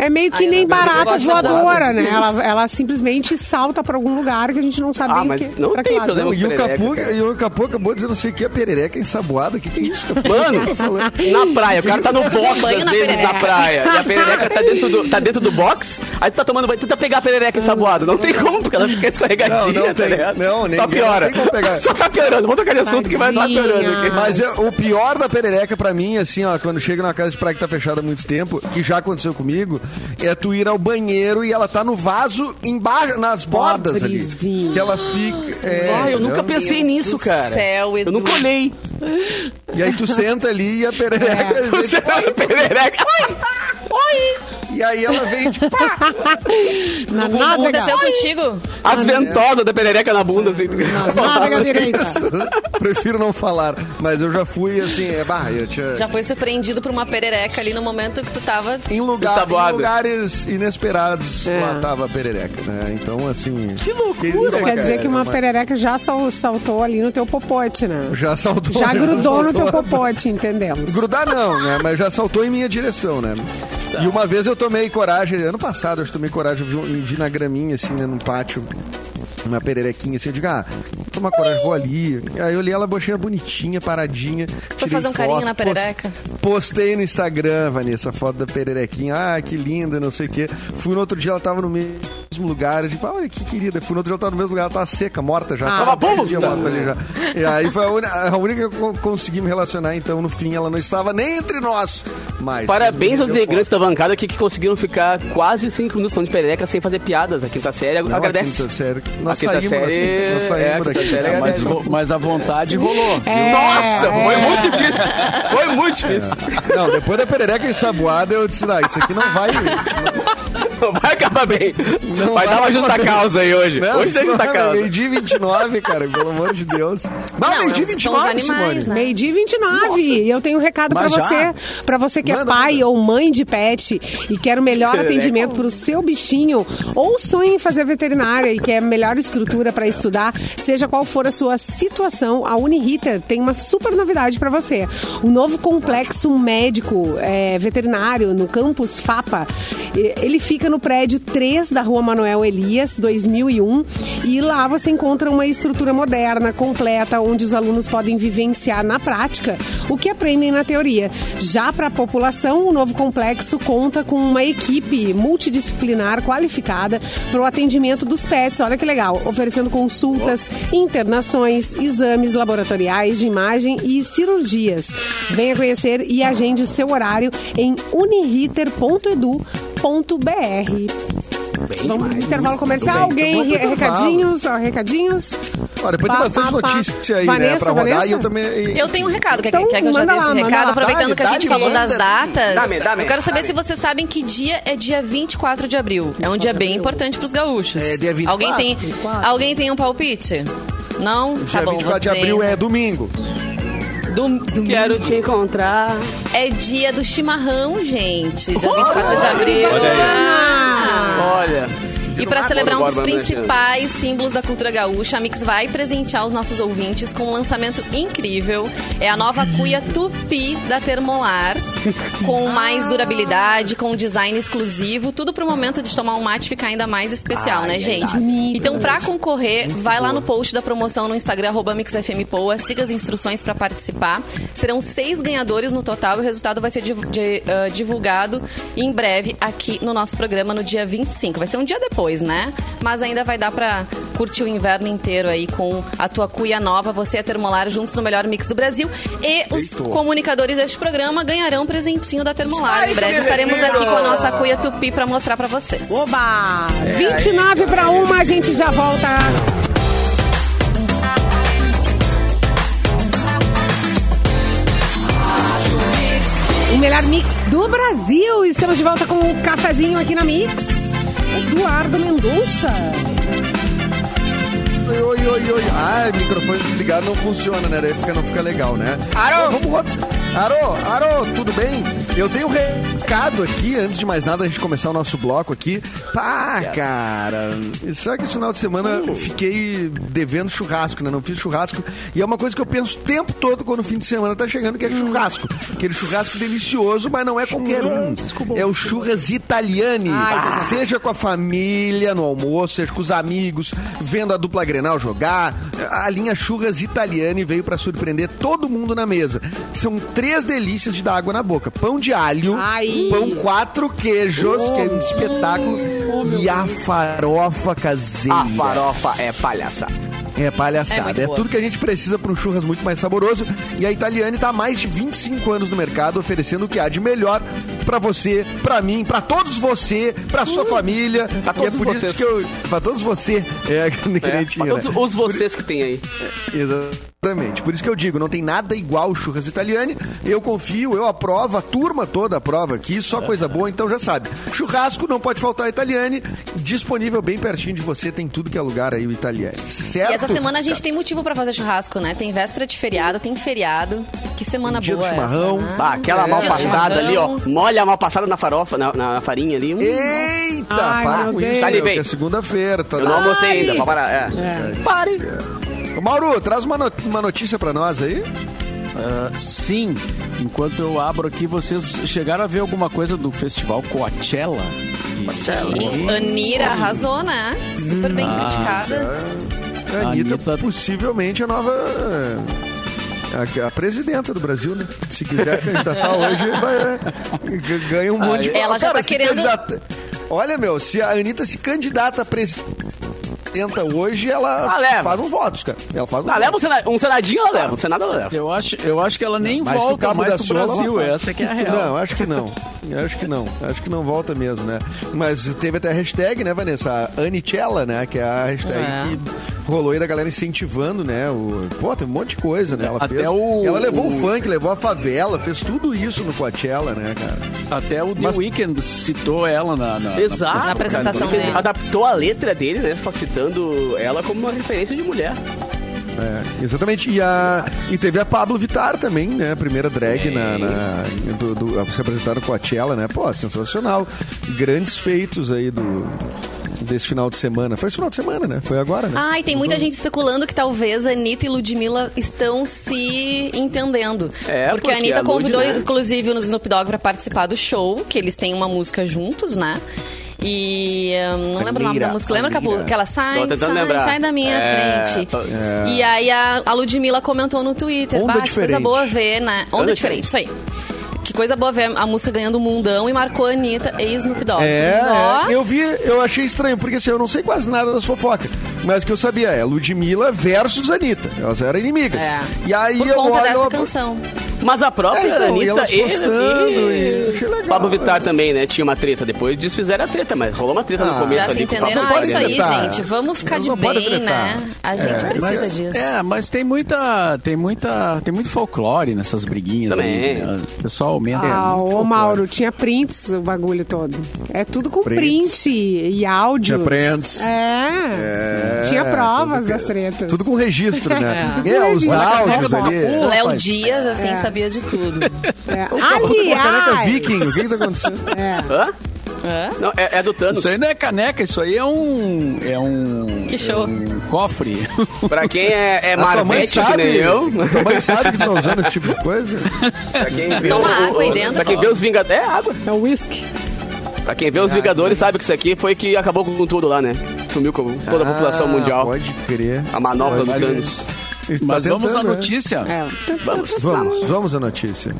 É meio que
Ah, eu
nem
não- eu não
barata
gosto da
voadora,
barata.
né? Ela, ela simplesmente salta pra algum lugar que a gente não sabe
Ah,
nem
mas
que,
não
pra que
tem
lado.
problema.
E o,
Perereca,
Capu,
cara.
e o Capu acabou dizendo não sei o que é perereca ensaboada. O que, que é isso, Capu?
Mano, na praia, o cara tá no box
banho
às
na
vezes na
perereca.
praia. E a perereca tá dentro do, tá dentro do box, aí tu tá tomando banho, tu tá pegar a perereca ensaboada. Não tem como, porque ela fica escorregadinha,
Não, não
tá
tem.
ligado?
Não,
Só
ninguém-
piora.
não tem como pegar.
Só tá piorando. Vamos tocar de assunto que vai só
Tadinha.
piorando aqui.
Mas é- o pior da perereca pra mim, assim, ó, quando chega numa casa de praia que tá fechada há muito tempo, que já aconteceu comigo, é tu ir ao banheiro e ela tá no vaso embaixo, nas bordas ali.
Pobrezinha.
Que ela fica. é,
Ah, eu nunca
entendeu?
pensei
Deus
nisso,
do
cara.
céu,
eu
Edu.
nunca olhei.
E aí tu senta ali e a perereca. às vezes,
Você é perereca.
e aí ela vem, tipo, pá,
Na
Isso
nada,
aconteceu contigo?
As ventosas da perereca na bunda, assim.
nada direita.
Prefiro não falar, mas eu já fui assim, é barra, eu tinha.
Já foi surpreendido por uma perereca ali no momento que tu tava.
Em, lugar, em
Ensaboada.
lugares inesperados,
É.
lá tava a perereca, né? Então, assim.
Que loucura.
fiquei numa
Isso
Quer dizer
cadeira,
que uma
mas
perereca já sal- saltou ali no teu popote, né?
Já saltou.
Já grudou no teu
saltou.
popote, entendemos.
Grudar não, né? Mas já saltou em minha direção, né?
Tá.
E uma vez eu tomei coragem, ano passado eu tomei coragem, eu vi, vi na graminha, assim, né, num pátio, uma pererequinha, assim, eu digo, ah, vou tomar coragem, vou ali. E aí eu olhei ela, bocheira bonitinha, paradinha. tirei
fazer um
foto,
carinho na
post-
perereca?
Postei no Instagram, Vanessa, a foto da pererequinha. Ah, que linda, não sei o quê. Fui no outro dia, ela tava no mesmo lugar. Eu digo, ah, olha que querida. Fui no outro dia, ela tava no mesmo lugar, ela tava seca, morta já.
Ah,
tava
bom,
dez dias
tá.
morta ali já. E aí foi a, uni- a única que eu consegui me relacionar, então, no fim, ela não estava nem entre nós. Mas,
Parabéns aos
Eu foto.
negrantes da bancada que, que conseguiram ficar quase cinco minutos falando de perereca sem fazer piadas. A quinta série
Não, a
agradece.
quinta série. Nós
A quinta
saímos,
série-
das quinta- nós
é, a
saímos
quinta
daqui.
série
Ah,
Mas,
mas-
vo- mas a vontade rolou.
É,
Nossa, foi
é.
muito difícil. Foi muito difícil.
Não, depois da perereca ensaboada, eu disse, ah, isso aqui não vai...
Não vai acabar bem.
Não
vai, dar uma
acabar
justa
bem.
causa aí hoje.
Não,
hoje tá tem
isso
justa
não é,
causa.
Meio dia 29, cara, pelo amor de Deus. Mas
Não,
meio dia
são os
29,
animais,
Simone.
né?
Meio-dia e 29. E eu tenho um recado pra
Mas já?
você. Pra você que é
Manda,
pai
manda.
ou mãe de pet e quer o melhor
Perereca.
atendimento pro seu bichinho, ou sonha em fazer veterinária e quer a melhor estrutura pra estudar, seja qual for a sua situação, a Uniriter tem uma super novidade pra você. O novo complexo médico eh, veterinário no campus FAPA, eh, ele fica no prédio 3 da rua Manuel Elias, 2001, e lá você encontra uma estrutura moderna, completa, onde os alunos podem vivenciar na prática o que aprendem na teoria. Já para a população, o novo complexo conta com uma equipe multidisciplinar qualificada para o atendimento dos pets. Olha que legal, oferecendo consultas, internações, exames laboratoriais de imagem e cirurgias. Venha conhecer e agende o seu horário em uniriter.edu.br. Vamos pro intervalo comercial.
Muito bem,
Alguém,
então vamos pro
recadinhos, ó, recadinhos.
Ó, depois
Pá,
tem bastante
pá, pá.
notícia aí, né,
Vanessa,
pra rodar.
Vanessa?
E eu também... e-
Eu tenho um recado, quer,
Então,
quer que eu já
manda
dê
lá,
esse
manda
recado?
lá.
Aproveitando
Dá-me,
que a gente
dá-me,
falou das
manda.
datas,
Dá-me, dá-me,
eu quero saber
dá-me.
se vocês sabem que dia é dia 24 de abril. É um dia bem importante pros gaúchos.
É dia 24.
Alguém tem,
24.
alguém tem um palpite? Não?
Dia
tá bom,
24 de
vou dizer.
abril é domingo.
Dom- dom-
Quero te encontrar.
É dia do chimarrão, gente. Dia 24 de abril.
Olha aí.
Ah,
Olha,
E para celebrar um dos principais símbolos da cultura gaúcha, a Mix vai presentear os nossos ouvintes com um lançamento incrível. É a nova cuia Tupi da Termolar, com mais durabilidade, com um design exclusivo, tudo pro momento de tomar um mate ficar ainda mais especial,
Ai,
né,
ai,
gente? Então, pra concorrer, vai lá no post da promoção no Instagram, arroba MixFMPoa, siga as instruções pra participar. Serão seis ganhadores no total e o resultado vai ser divu- de- ah, divulgado em breve aqui no nosso programa no dia 25. Vai ser um dia depois, né? Mas ainda vai dar pra curtir o inverno inteiro aí com a tua cuia nova, você e a Termolar juntos no melhor mix do Brasil. E os
Eita.
comunicadores deste programa ganharão um presentinho da Termolar.
Ai,
em breve
que
estaremos
belezinha!
aqui com a nossa cuia tupi pra mostrar pra vocês.
Oba! 29 para uma, a gente já volta. O melhor mix do Brasil. Estamos de volta com o cafezinho aqui na Mix. Eduardo Mendonça.
Oi, oi, oi, oi. Ah, microfone desligado não funciona, né? Daí fica, não fica legal, né? Arô! Vamos rodar. Arô, Arô, tudo bem? Eu tenho um recado aqui, antes de mais nada, a gente começar o nosso bloco aqui. Pá, cara. Só que esse final de semana eu fiquei devendo churrasco, né? Não fiz churrasco. E é uma coisa que eu penso o tempo todo quando o fim de semana tá chegando, que
Hum.
é churrasco. Aquele churrasco delicioso, mas não é qualquer
Hum,
um. É o churras italiani. Seja com a família no almoço, seja com os amigos, vendo a dupla Grenal jogar. A linha Churras Italiani veio para surpreender todo mundo na mesa. São três delícias de dar água na boca: pão de alho,
Ai.
pão quatro queijos, que
Oh,
é um espetáculo, e a farofa caseira.
A farofa é palhaça.
É
É muito
palhaçada. É,
boa.
tudo que a gente precisa para um churras muito mais saboroso. E a Italiane está há mais de 25 anos no mercado, oferecendo o que há de melhor para você, para mim, para todos você, para
Uh,
sua família.
pra
e é
todos
por
vocês.
isso que eu. Para todos você. É, que nem
É,
tinha,
pra todos
né?
os vocês que tem aí.
Exatamente. Por isso que eu digo, não tem nada igual o Churras Italiani. Eu confio, eu aprovo, a turma toda aprova aqui, só coisa
É.
boa, então já sabe. Churrasco não pode faltar Italiani, disponível bem pertinho de você, tem tudo que é lugar aí o Italiani. Certo?
E essa semana a gente tem motivo pra fazer churrasco, né? Tem véspera de feriado, tem feriado. Que semana
Dia do
boa essa,
chimarrão.
né?
Ah, aquela
É.
mal
Dia do
passada ali, ó.
chimarrão.
Molha a mal passada na farofa, na, na farinha ali. Hum.
Eita,
Ai,
para
meu
com
Deus.
isso,
Tá ali
meu,
bem.
que é segunda-feira, tá
Eu não
dando-
almocei ainda, pra parar. É.
É.
Pare.
Ô, Mauro, traz uma, no- uma notícia pra nós aí.
Ah, sim, enquanto eu abro aqui, vocês chegaram a ver alguma coisa do festival Coachella?
Sim, Anira arrasou, né? Super bem criticada.
A Anitta,
Anitta-
possivelmente a nova. A, a presidenta do Brasil, né? Se quiser candidatar hoje, vai, g- ganha um monte de
Ela já tá
se
querendo-
candidata- Olha, meu, se a Anitta se candidata a presidenta hoje, ela
Tá
Ah, leva.
faz um votos, cara. Ela faz um
Ah, leva um,
votos.
sena- um senadinho, ela leva. Um senado, ela leva.
Eu acho, eu acho que ela nem
Mas pro
volta
Cabo
mais
da
pro
Sola,
Brasil,
ela faz.
essa que é a real.
Não, acho que não. Acho que não. Acho que não volta mesmo, né? Mas teve até a hashtag, né, Vanessa? A Anichella, né? Que é a hashtag
É.
que rolou aí da galera incentivando, né? O... Pô, tem um monte de coisa, né? Ela
Até
fez.
o-
Ela levou o...
o-
funk, levou a favela, fez tudo isso no Coachella, né, cara?
Até o The
Mas-
Weeknd citou ela na... na- na-
Exato.
Na apresentação
Porque
dele.
Adaptou a letra dele, né? Citando ela como uma referência de mulher.
É, exatamente. E, a... e teve a Pablo Vittar também, né? A primeira drag na, na- do, do- se apresentaram com a Tiela, né? Pô, sensacional. Grandes feitos aí do. Desse final de semana. Foi esse final de semana, né? Foi agora, né?
Ai, tem muita gente especulando que talvez a Anitta e Ludmilla estão se entendendo.
É,
porque a
porque
Anitta
a Lud,
convidou,
né?
inclusive, o Snoop Dogg pra participar do show, que eles têm uma música juntos, né? E hum, não lembro o nome da
Anira,
música. Lembra Capu?
Anira.
que ela sai,
Tô
sai,
tentando lembrar.
sai da minha
É,
frente.
tô- é.
E aí a, a Ludmilla comentou no Twitter,
Onda
"Bah, que coisa
diferente."
boa ver, né? Onda,
Onda
diferente, isso aí. Que coisa boa ver a música ganhando o mundão e marcou a Anitta e Snoop Dogg.
É,
Ó.
é, eu vi, eu achei estranho, porque assim, eu não sei quase nada das fofocas. Mas o que eu sabia é Ludmilla versus Anitta. Elas eram inimigas.
É.
E aí
Por
eu
conta
olho
dessa
eu-
canção.
Mas a própria
É, então, e
Anitta
elas postando, e achei legal,
Pablo Vittar
é.
também, né? Tinha uma treta. Depois desfizeram a treta, mas rolou uma treta
Ah,
no começo
Já se
ali. com o
entenderam?
Pablo
Ah,
podem
isso
Vittar,
aí,
né?
tretar.
gente. Vamos ficar
Eles
de
não podem
bem,
tretar.
né? A gente precisa disso.
É, mas tem muita, tem muita, tem muito folclore nessas briguinhas
Também.
aí, né? O pessoal aumenta.
É,
Ah,
muito
ô
folclore.
Mauro, tinha prints o bagulho todo. É tudo com
Prints.
print e áudio.
Tinha prints.
É. Tinha provas
tudo-
das tretas.
Tudo com registro, né? É,
com
os
registro.
áudios ali.
Léo
Rapaz.
Dias, assim,
É.
sabia de tudo.
É.
Tá com a caneca
Aliás.
viking, o que que tá acontecendo?
É.
Hã?
Hã?
Não, é, é do Thanos.
Isso aí não é caneca, isso aí é um. É um.
Que show.
é um cofre.
Pra quem é, é
A tua mãe
Marvete, que
sabe?
nem eu.
Tua mãe sabe que tu tá usando esse tipo de coisa?
Pra quem vê
Toma
o- o-
água aí dentro.
Pra quem vê os Vingadores. É água.
É o whisky.
Pra quem vê os Vingadores sabe que isso aqui foi que acabou com tudo lá, né? Sumiu com toda a população
Ah,
mundial.
Pode crer.
A manobra do
Pode crer.
Thanos.
Ele tá
Mas vamos à
tentando, né?
notícia.
É.
Vamos.
Vamos, vamos à notícia.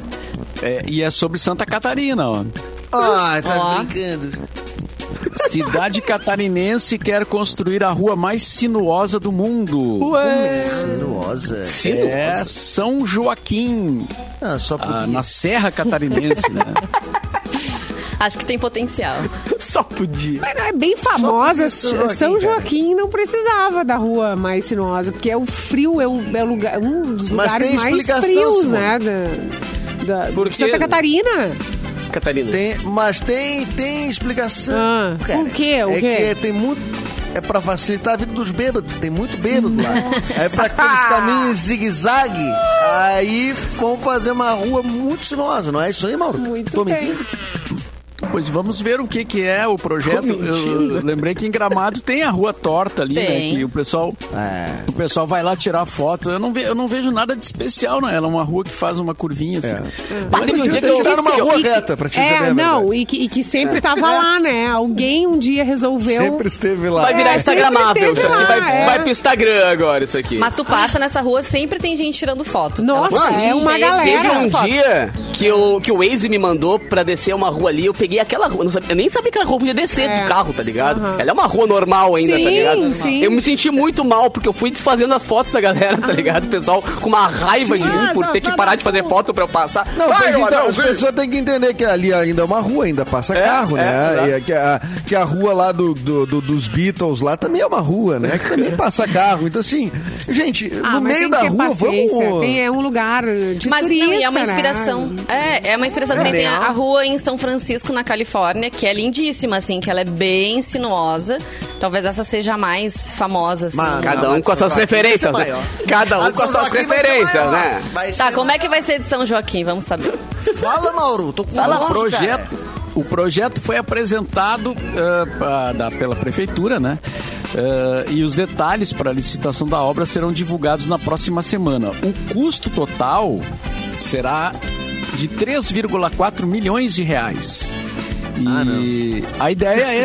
É, e é sobre Santa Catarina, ó.
Ah,
Ó.
brincando.
Cidade catarinense quer construir a rua mais sinuosa do mundo.
Sinuosa.
É São Joaquim,
Ah, só porque...
ah, na Serra Catarinense, né?
Acho que tem potencial.
Só podia.
Mas não é bem famosa.
Só por isso,
São
Joaquim, cara.
Joaquim não precisava da rua mais sinuosa, porque é o frio, é, o, é o lugar, um dos
Mas
lugares
tem
mais
explicação,
frios,
Simone.
né? Da, da-
Por
de
quê?
Santa Catarina.
Catarina.
Tem, mas tem, tem explicação.
Ah,
cara.
o quê? O
é
quê?
que tem muito. É pra facilitar a vida dos bêbados. Tem muito bêbado lá. É pra aqueles caminhos zigue-zague. Aí vão fazer uma rua muito sinuosa. Não é isso aí, Mauro?
Muito
Tô
bem.
mentindo?
Pois vamos ver o que, que é o projeto.
Tô mentindo.
Eu lembrei que em Gramado tem a rua torta ali,
Tem.
né? Que o pessoal,
É.
o pessoal vai lá tirar foto. Eu não, ve- eu não vejo nada de especial nela. É uma rua que faz uma curvinha assim.
Bah, teve um dia que
Tem que
eu
estar numa rua
E que-
reta pra te dizer a
É,
verdade. É.
não, e que, e que sempre tava lá, né? Alguém um dia resolveu.
Sempre esteve lá.
Vai virar
É,
Instagramável.
sempre
Isso aqui
esteve
vai,
lá, é.
vai pro Instagram agora, isso aqui.
Mas tu passa nessa rua, sempre tem gente tirando foto.
Nossa,
Ela
é uma
cheia de gente
galera.
Teve
tirando
um
foto.
dia que, eu, que o Waze me mandou pra descer uma rua ali, eu peguei aquela rua, eu não sabia- eu nem sabia que a rua podia descer
É.
do carro, tá ligado? Ela é uma rua normal ainda, tá
Sim,
ligado?
sim.
Eu me senti muito mal, porque eu fui desfazendo as fotos da galera, tá ligado? O pessoal com uma raiva de mim
Ah,
por ter
safada,
que parar de fazer
não.
foto pra eu passar.
Não,
Vai,
mas
ô
então, as
anãozinho!
pessoas têm que entender que ali ainda é uma rua, ainda passa
É,
carro,
é,
né?
exato.
E que, a, que a rua lá do, do- do- dos Beatles lá também é uma rua, né? Que também passa carro. Então, assim, gente,
Ah, mas
no meio
tem
da
que ter
rua,
paciência,
vamos.
Tem, é um lugar de
Mas
turista,
não, e é uma
né?
inspiração. É, é uma inspiração também. Tem a,
Real.
a rua em São Francisco, na Califórnia, que é lindíssima, assim, que ela é bem sinuosa. Talvez essa seja a mais famosa, assim.
Mas-
Cada
Não,
um
mas
com as suas
vai ser
preferências, né?
maior.
Cada
A
um com as
São
suas
Joaquim vai ser
preferências,
maior.
né?
Vai
Tá,
ser
como é que vai ser de São Joaquim? Vamos saber.
Fala, Mauro. Tô com
Fala,
curioso,
projeto,
cara.
o projeto foi apresentado ah, pra- da- pela prefeitura, né? Ah, e os detalhes para a licitação da obra serão divulgados na próxima semana. O custo total será de 3,4 milhões de reais.
Ah,
E a ideia é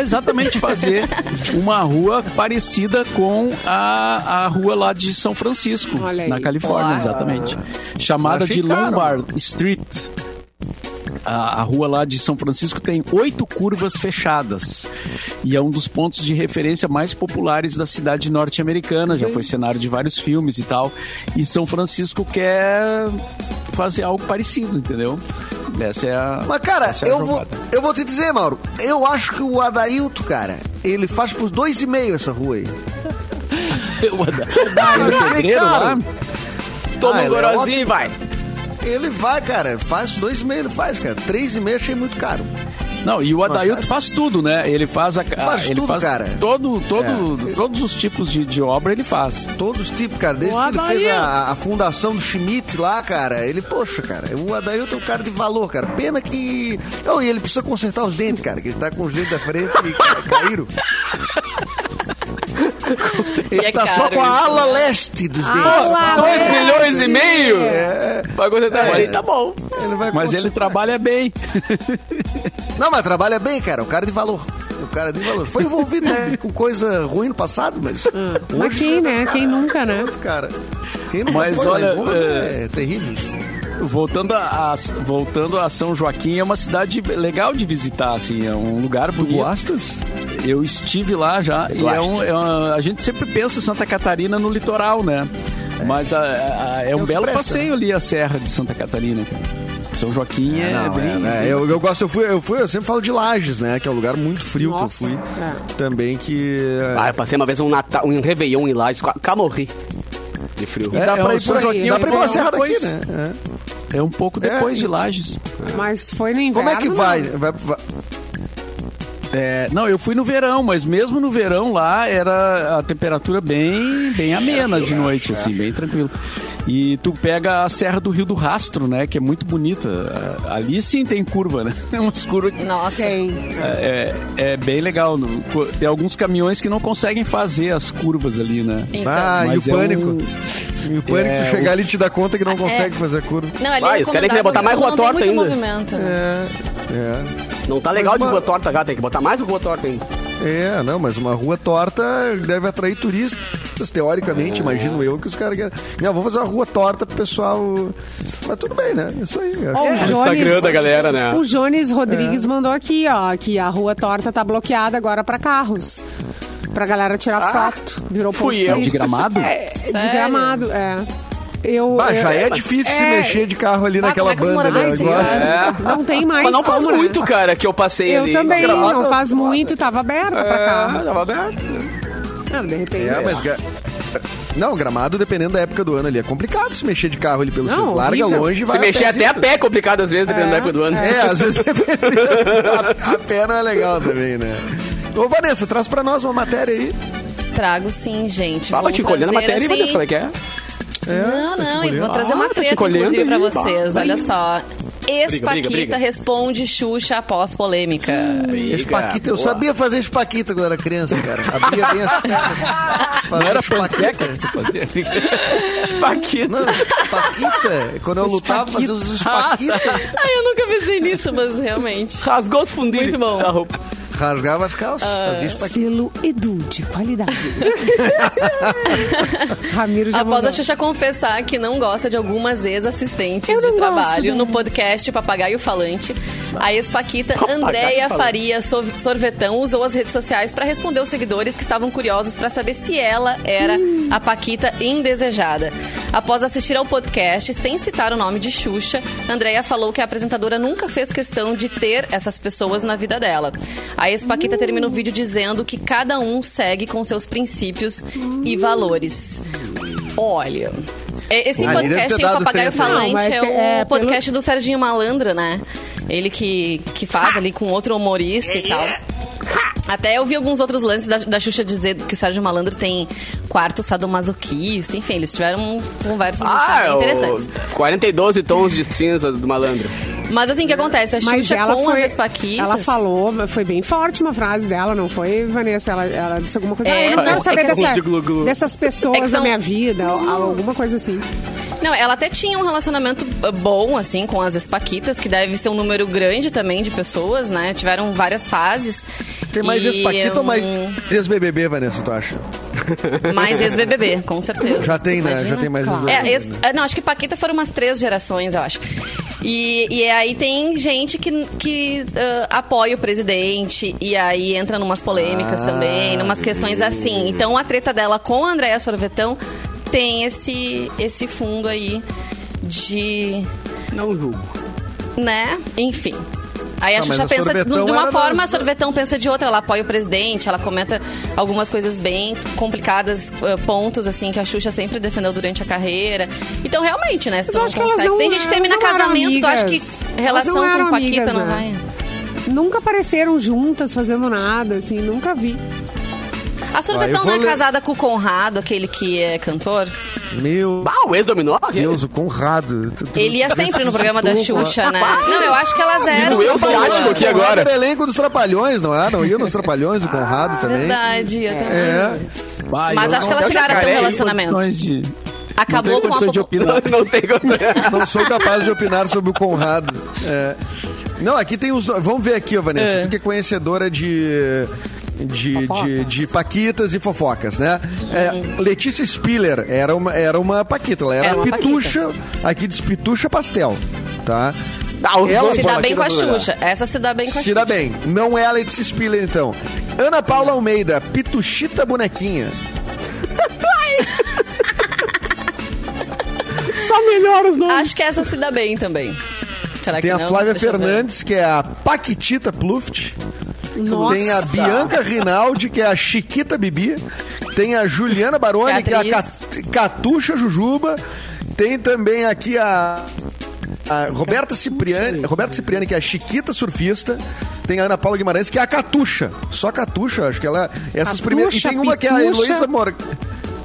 exatamente fazer uma rua parecida com a, a rua lá de São Francisco,
Olha aí.
na Califórnia,
Uau.
exatamente. Chamada
Achei
de
caro,
Lombard Street. A, a rua lá de São Francisco tem oito curvas fechadas e é um dos pontos de referência mais populares da cidade norte-americana. Já foi cenário de vários filmes e tal. E São Francisco quer fazer algo parecido, entendeu? Essa é a.
Mas, cara,
essa é a
eu vou,
jogada.
eu vou te dizer, Mauro. Eu acho que o Adailto, cara, ele faz por dois e meio essa rua aí.
Eu vou dar-
mas
Tem um
é
pedreiro
caro.
lá.
Toma
Ah,
um
ele é
gorozinho e vai.
Ele vai, cara. Faz dois e meio, ele faz, cara. Três e meio achei muito caro.
Não, e o Adailto
faz-
faz... tudo, né? Ele faz a. a-
Faz
ele
tudo,
faz
cara. É.
Todo, todo, Todos os tipos de, de obra ele faz.
Todos os tipos, cara. Desde
O
que ele fez
Adailto.
a, a fundação do Schmidt lá, cara. Ele, poxa, cara. O Adailto é um cara de valor, cara. Pena que. Oh, e ele precisa consertar os dentes, cara. Que ele tá com os dentes da frente e ca- caíram.
E
Ele
é
tá só
caro
com a
isso,
ala leste dos dentes.
Ala
Dois
né?
leste.
milhões e meio? Vai aguentar.
É.
Falei, tá bom.
Ele vai
Mas
consertar.
ele trabalha bem.
Não, mas trabalha bem, cara. O cara de valor. O cara de valor. Foi envolvido, né? Com coisa ruim no passado, mas. é
Mas quem, né? Quem nunca, né?
Outro cara. Quem não
Mas olha,
é... é terrível.
Voltando a, a- voltando a São Joaquim, é uma cidade legal de visitar, assim, é um lugar bonito.
Gostas?
Eu estive lá já e é
gosta.
um, é uma- a gente sempre pensa em Santa Catarina no litoral, né? Mas a- a- a- é um
o que
belo
presta,
passeio ali a Serra de Santa Catarina, cara. São Joaquim é,
Não, é,
bem.
né? eu, eu gosto, eu fui, eu fui, eu sempre falo de Lages, né? Que é um lugar muito frio
Nossa,
que eu fui.
é.
Também que. é,
Ah, eu passei uma vez um Natal, um Réveillon em Lages, qua- cá morri de frio.
e dá
é, é
pra
um
ir por
São
aqui.
Joaquim,
Dá
um
pra ir pela
pouco
serra daqui,
depois.
né? É.
É um pouco depois
É,
de Lages.
Mas foi no inverno.
Como é que vai?
não.
Vai- vai-
É, não, eu fui no verão, mas mesmo no verão lá era a temperatura bem, bem amena de noite, assim, bem tranquilo. E tu pega a Serra do Rio do Rastro, né? Que é muito bonita. A- Ali sim tem curva, né? Tem umas curvas que
Nossa.
Tem.
é, é bem legal. No- co- Tem alguns caminhões que não conseguem fazer as curvas ali, né?
Então.
Ah, e o
Mas é
pânico.
um-
E o pânico
É,
tu chegar ali e te dar conta que não
Ah,
consegue
é.
fazer a curva.
Não, ali
Vai,
é
os caras querem
recomendável,
botar mais
quando
rua
não
torta
tem muito
ainda.
movimento.
É,
Não tá legal
Mas uma-
de rua torta, cara. Tem que botar mais rua torta ainda.
é. É, não, mas uma rua torta deve atrair turistas, teoricamente, imagino eu, que os caras querem. Não, vou fazer uma rua torta pro pessoal. Mas tudo bem, né? Isso aí. eu acho.
Ó, o
No
Jones-
é Instagram da galera, né? É.
O Jones Rodrigues mandou aqui, ó, que a rua torta tá bloqueada agora pra carros. Pra galera tirar foto. Virou
Ah. fui
ponto
eu.
De
turístico.
gramado?
É, de
Sério?
gramado, é. Eu,
Bah,
eu-
já é difícil se
é.
mexer de carro ali
Bah,
naquela
como é que os
banda. né?
moradores
Agora-
fazem?
Não tem mais.
Mas não faz
como, né?
muito, cara, que eu passei
Eu
ali.
também,
Gramado
não
é
faz
foda.
muito, tava aberta pra
Ah,
carro.
tava aberto.
Não, de repente.
É, mas. ga- Não, gramado, dependendo da época do ano ali, é complicado se mexer de carro ali pelo
Não,
centro. Larga
horrível.
longe e vai.
Se mexer até a pé é complicado às vezes, dependendo
É,
da época do ano.
É, às vezes dependendo. A, a pé não é legal também, né? Ô, Vanessa, traz pra nós uma matéria aí.
Trago sim, gente.
Tava
Vou
É. te colhendo a
trazer,
matéria,
assim,
mas qual é que é?
Não, não, e vou trazer
Ah,
uma
tá te
treta,
colhendo
inclusive, pra
aí,
vocês.
bah.
Olha só.
briga,
Ex-Paquita
briga. Hum.
responde Xuxa após polêmica.
Esse Paquita, eu sabia fazer espaquita quando era criança, cara. Abria bem as pernas. Fazia espaquita.
Espaquita.
Não, espaquita. Quando eu lutava, fazia os espaquitas.
Ai, eu nunca pensei nisso, mas realmente.
Rasgou os fundinhos.
Muito bom.
da roupa.
Rasgava as calças,
Ah,
fazia espaquita.
Selo Edu de qualidade. Ramiro já
Após
mandou.
a Xuxa confessar que não gosta de algumas ex-assistentes
Eu
de
não gosto
trabalho
delas.
no podcast Papagaio Falante, a ex-paquita
Papagaio
Andréia
Falante.
Faria Sor- Sorvetão usou as redes sociais para responder aos seguidores que estavam curiosos para saber se ela era a paquita indesejada. Após assistir ao podcast, sem citar o nome de Xuxa, Andréia falou que a apresentadora nunca fez questão de ter essas pessoas na vida dela. A ex-paquita termina o vídeo dizendo que cada um segue com seus princípios e valores. Olha. é- Esse
Ali deve
podcast
ter
aí, o
dado
Papagaio
treta, né?
Não,
Falante,
mas
é
te-
o
é,
podcast do Serginho Malandra, né? Ele que, que faz ali com outro humorista
É.
e tal. Até eu vi alguns outros lances da, da Xuxa dizer que o Sérgio Malandro tem quarto sadomasoquista. Enfim, eles tiveram conversas
Ah,
assim,
Ah, é o-
interessantes.
42 tons de cinza do malandro.
Mas assim, o que acontece? A
Mas
Xuxa
ela
com
foi.
as espaquitas...
Ela falou, foi bem forte uma frase dela, não foi, Vanessa? Ela, ela disse alguma coisa.
É,
ah, eu não
não,
quero
é
saber
que-
dessa-
Glu, glu, glu.
dessas pessoas
É que
da
são- Hum.
minha vida, ou- alguma coisa assim.
Não, ela até tinha um relacionamento uh, bom, assim, com as espaquitas, que deve ser um número grande também de pessoas, né? Tiveram várias fases.
Tem mais
E,
espaquita ou mais
hum,
ex-BBB, Vanessa, tu acha?
Mais ex-BBB, com certeza.
Já tem, né? Já tem mais
Claro.
É,
ex-BBB.
ex- é, não, acho que Paquita foram umas três gerações, eu acho. E, e aí tem gente que, que ah, apoia o presidente e aí entra numas polêmicas
Ah,
também, numas questões assim. Então a treta dela com a Andréa Sorvetão tem esse, esse fundo aí de...
Não julgo.
né? Enfim. Aí a
Ah, mas
Xuxa
a
pensa de
Sorvetão
uma
era
forma,
das-
a Sorvetão pensa de outra. Ela apoia o presidente, ela comenta algumas coisas bem complicadas, eh, pontos assim, que a Xuxa sempre defendeu durante a carreira. Então, realmente, né?
Mas
Se tu
eu
não
acho que elas
consegue.
não-
Tem gente que
elas
termina
não eram
casamento, tu acha que
amigas.
relação
Elas não
com
eram
Paquita não
amigas,
vai.
né? Nunca apareceram juntas fazendo nada, assim, nunca vi.
A Sorvetão
Ah, eu
não
vou
é
ler.
casada com o Conrado, aquele que é cantor.
Meu
Ah, o ex-dominó?
Deus, o Conrado. Tu- um tu-
Ele ia
tu-
sempre no programa da
Desculpa.
Xuxa, né? Não, eu acho que elas eram.
doeu o
boas.
ciático aqui.
O Conrado
agora.
Era elenco dos Trapalhões, não é? Não ia nos Trapalhões, o Conrado também.
Verdade, eu também.
É.
Vai,
Mas
eu
acho que
não
elas
tenho
chegaram a ter um
jacaré,
relacionamento.
condições de-
Acabou
não tenho
com a
condições de
popu-
opinar.
Não tem como.
Não sou capaz de opinar sobre o Conrado. É. Não, aqui tem os. do- Vamos ver aqui, ó, Vanessa.
É.
Tu que é conhecedora de. De, de, de paquitas e fofocas, né? É, Letícia Spiller era uma, era uma paquita, ela era,
Era uma
pitucha, aqui diz pitucha pastel, tá?
Ah, os
Ela
dois
Se
Pô,
dá
Paquita
bem com a
do melhor.
Xuxa. Essa se dá bem com a Xuxa.
Tira bem, não é a Letícia Spiller então. Ana Paula Almeida, pituchita bonequinha.
Só melhor os nomes.
Acho que essa se dá bem também. Será
Tem
que
a
não?
Flávia
Deixa eu ver.
Fernandes, que é a Paquitita Pluft.
Nossa.
Tem a Bianca Rinaldi, que é a Chiquita Bibi. Tem a Juliana Baroni,
Que
que,
é
é a Cat- Catuxa Jujuba. Tem também aqui a. a Roberta Cipriani, Roberta Cipriani, que é a Chiquita Surfista. Tem a Ana Paula Guimarães, que é a Catuxa. Só Catuxa, acho que ela. Essas
Catuxa,
primeiras. E tem uma que é a
Pituxa.
Heloísa Morgan.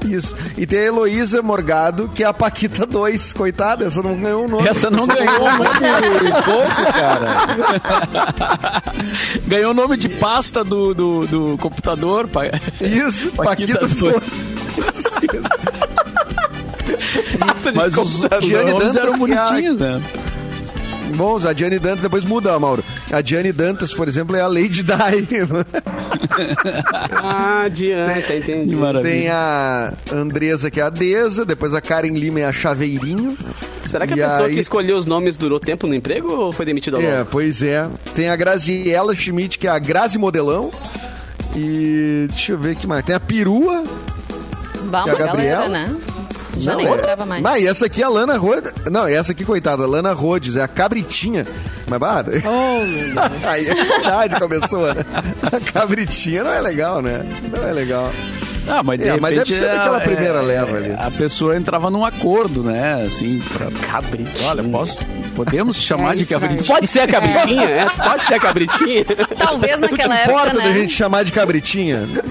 Isso. E tem a Heloísa Morgado, que é a Paquita 2. Coitada, essa não ganhou o nome.
Essa não ganhou o nome de pouco, cara. Ganhou o nome de pasta do, do, do computador. Pa...
Isso,
Paquita
Paquita, 2.
dois.
Isso, isso.
Mas os, os
Diane
nomes
Dantas
eram
que é a-
bonitinhos, né?
Bons, a Diane Dantas depois muda, Mauro. A Diane Dantas, por exemplo, é a Lady Di. né?
Ah, adianta,
Que
entendi.
maravilha.
Tem a Andresa, que é a Deza. Depois a Karen Lima é a Chaveirinho.
Será que a
E
pessoa
aí-
que escolheu os nomes durou tempo no emprego ou foi demitida logo?
É, pois é. Tem a Graziela Schmidt, que é a Grazi Modelão. E deixa eu ver o que mais. Tem a Perua.
Bah,
E é a
uma galera,
Gabriela?
né? Já
Não,
nem
é-
lembrava mais.
Mas essa aqui é a Lana Rhodes. Não, essa aqui, coitada, a Lana Rhodes, é a cabritinha. Mas, bah, aí a idade começou, né? A cabritinha não é legal, né? Não é legal.
Ah, mas de
É, mas
repente
deve ser
a-
daquela primeira leva ali.
A pessoa entrava num acordo, né? Assim, pra...
Cabritinha.
Olha, posso... podemos te chamar
É
de
isso aí.
cabritinho?
Pode ser a cabritinha, é? Pode ser a cabritinha.
Talvez
Tu te
naquela época,
importa da
né?
gente chamar de cabritinha? né?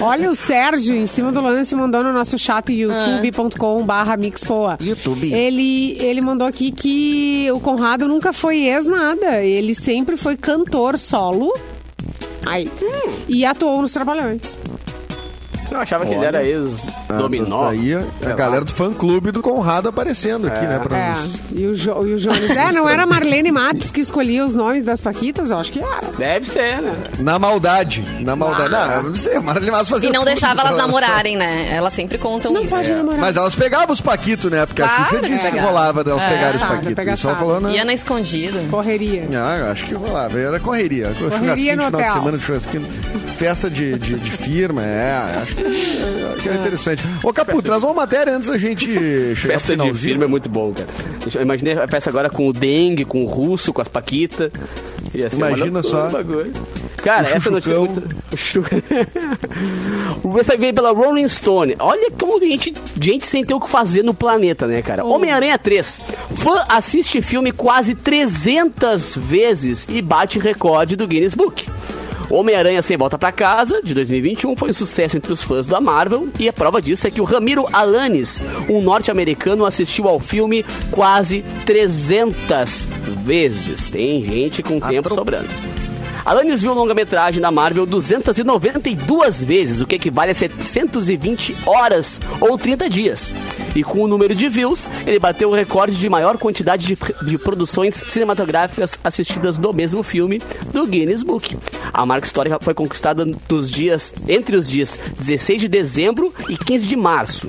Olha o Sérgio em cima do lance mandou no nosso
Ah.
chat youtube.com/barra mixpoa.
YouTube.
Ele ele mandou aqui que o Conrado nunca foi ex nada. Ele sempre foi cantor solo. Ai.
Hum.
E atuou nos Trabalhões.
Eu achava que ele era ex-dominó.
Ah, tá Aí a galera do fã-clube do Conrado aparecendo aqui, né? Pra
É.
nos-
E o, jo, e o Jones. É, não era a Marlene Matos que escolhia os nomes das Paquitas? Eu acho que era.
Deve ser, né?
Na maldade. Na maldade. Não, eu não sei, o Marlene Matos fazia
Ah. E não
tudo,
deixava elas
né?
namorarem, né? Elas sempre contam
Não
isso.
pode namorar.
Mas elas pegavam os Paquito, né? Porque a
Claro
Xuxa
que
disse que
pegava.
rolava delas
É,
pegarem os
sabe,
Paquito.
pegar
Isso ela
sabe.
falou, né?
Ia na escondida.
Correria.
Ah, acho que rolava. Era correria. Churrasquinho
no
de final de
hotel.
semana, churrasquinho. Festa de, de, de firma, é. Acho que, acho que era interessante. Ô, Capu, traz uma matéria antes da gente chegar
Festa de firma é muito bom, cara. Eu imaginei a festa agora com o dengue, com o russo, com as paquitas.
Imagina só.
um Cara,
O
essa notícia é
chuchucão.
muito... o chu- Você veio pela Rolling Stone. Olha como tem gente, gente sem ter o que fazer no planeta, né, cara? Homem-Aranha 3. Fã assiste filme quase 300 vezes e bate recorde do Guinness Book. Homem-Aranha Sem Volta Pra Casa, de 2021, foi um sucesso entre os fãs da Marvel e a prova disso é que o Ramiro Alanis, um norte-americano, assistiu ao filme quase 300 vezes. Tem gente com tempo
Atro-
sobrando. Alanis viu um longa-metragem da Marvel 292 vezes, o que equivale a 720 horas ou 30 dias. E com o número de views, ele bateu o recorde de maior quantidade de, de produções cinematográficas assistidas do mesmo filme do Guinness Book. A marca histórica foi conquistada nos dias entre os dias 16 de dezembro e 15 de março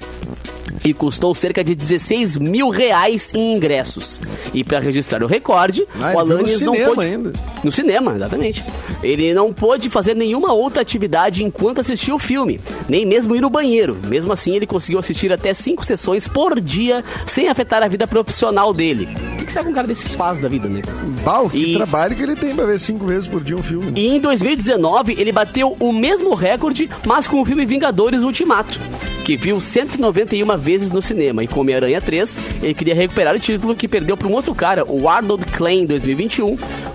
e custou cerca de 16 mil reais em ingressos. E para registrar o recorde,
Ah,
o
ele viu no
Alanis não
cinema
pôde...
ainda.
No cinema, exatamente. Ele não pôde fazer nenhuma outra atividade enquanto assistia o filme, nem mesmo ir no banheiro. Mesmo assim, ele conseguiu assistir até cinco sessões por dia, sem afetar a vida profissional dele. O que será que um cara desses faz da vida, né?
Bal, que
E-
trabalho que ele tem pra ver cinco vezes por dia um filme. né?
E em 2019 ele bateu o mesmo recorde, mas com o filme Vingadores Ultimato, que viu 191 vezes no cinema. E com Homem-Aranha 3, ele queria recuperar o título que perdeu para um outro cara, o Arnold Klein, em 2021,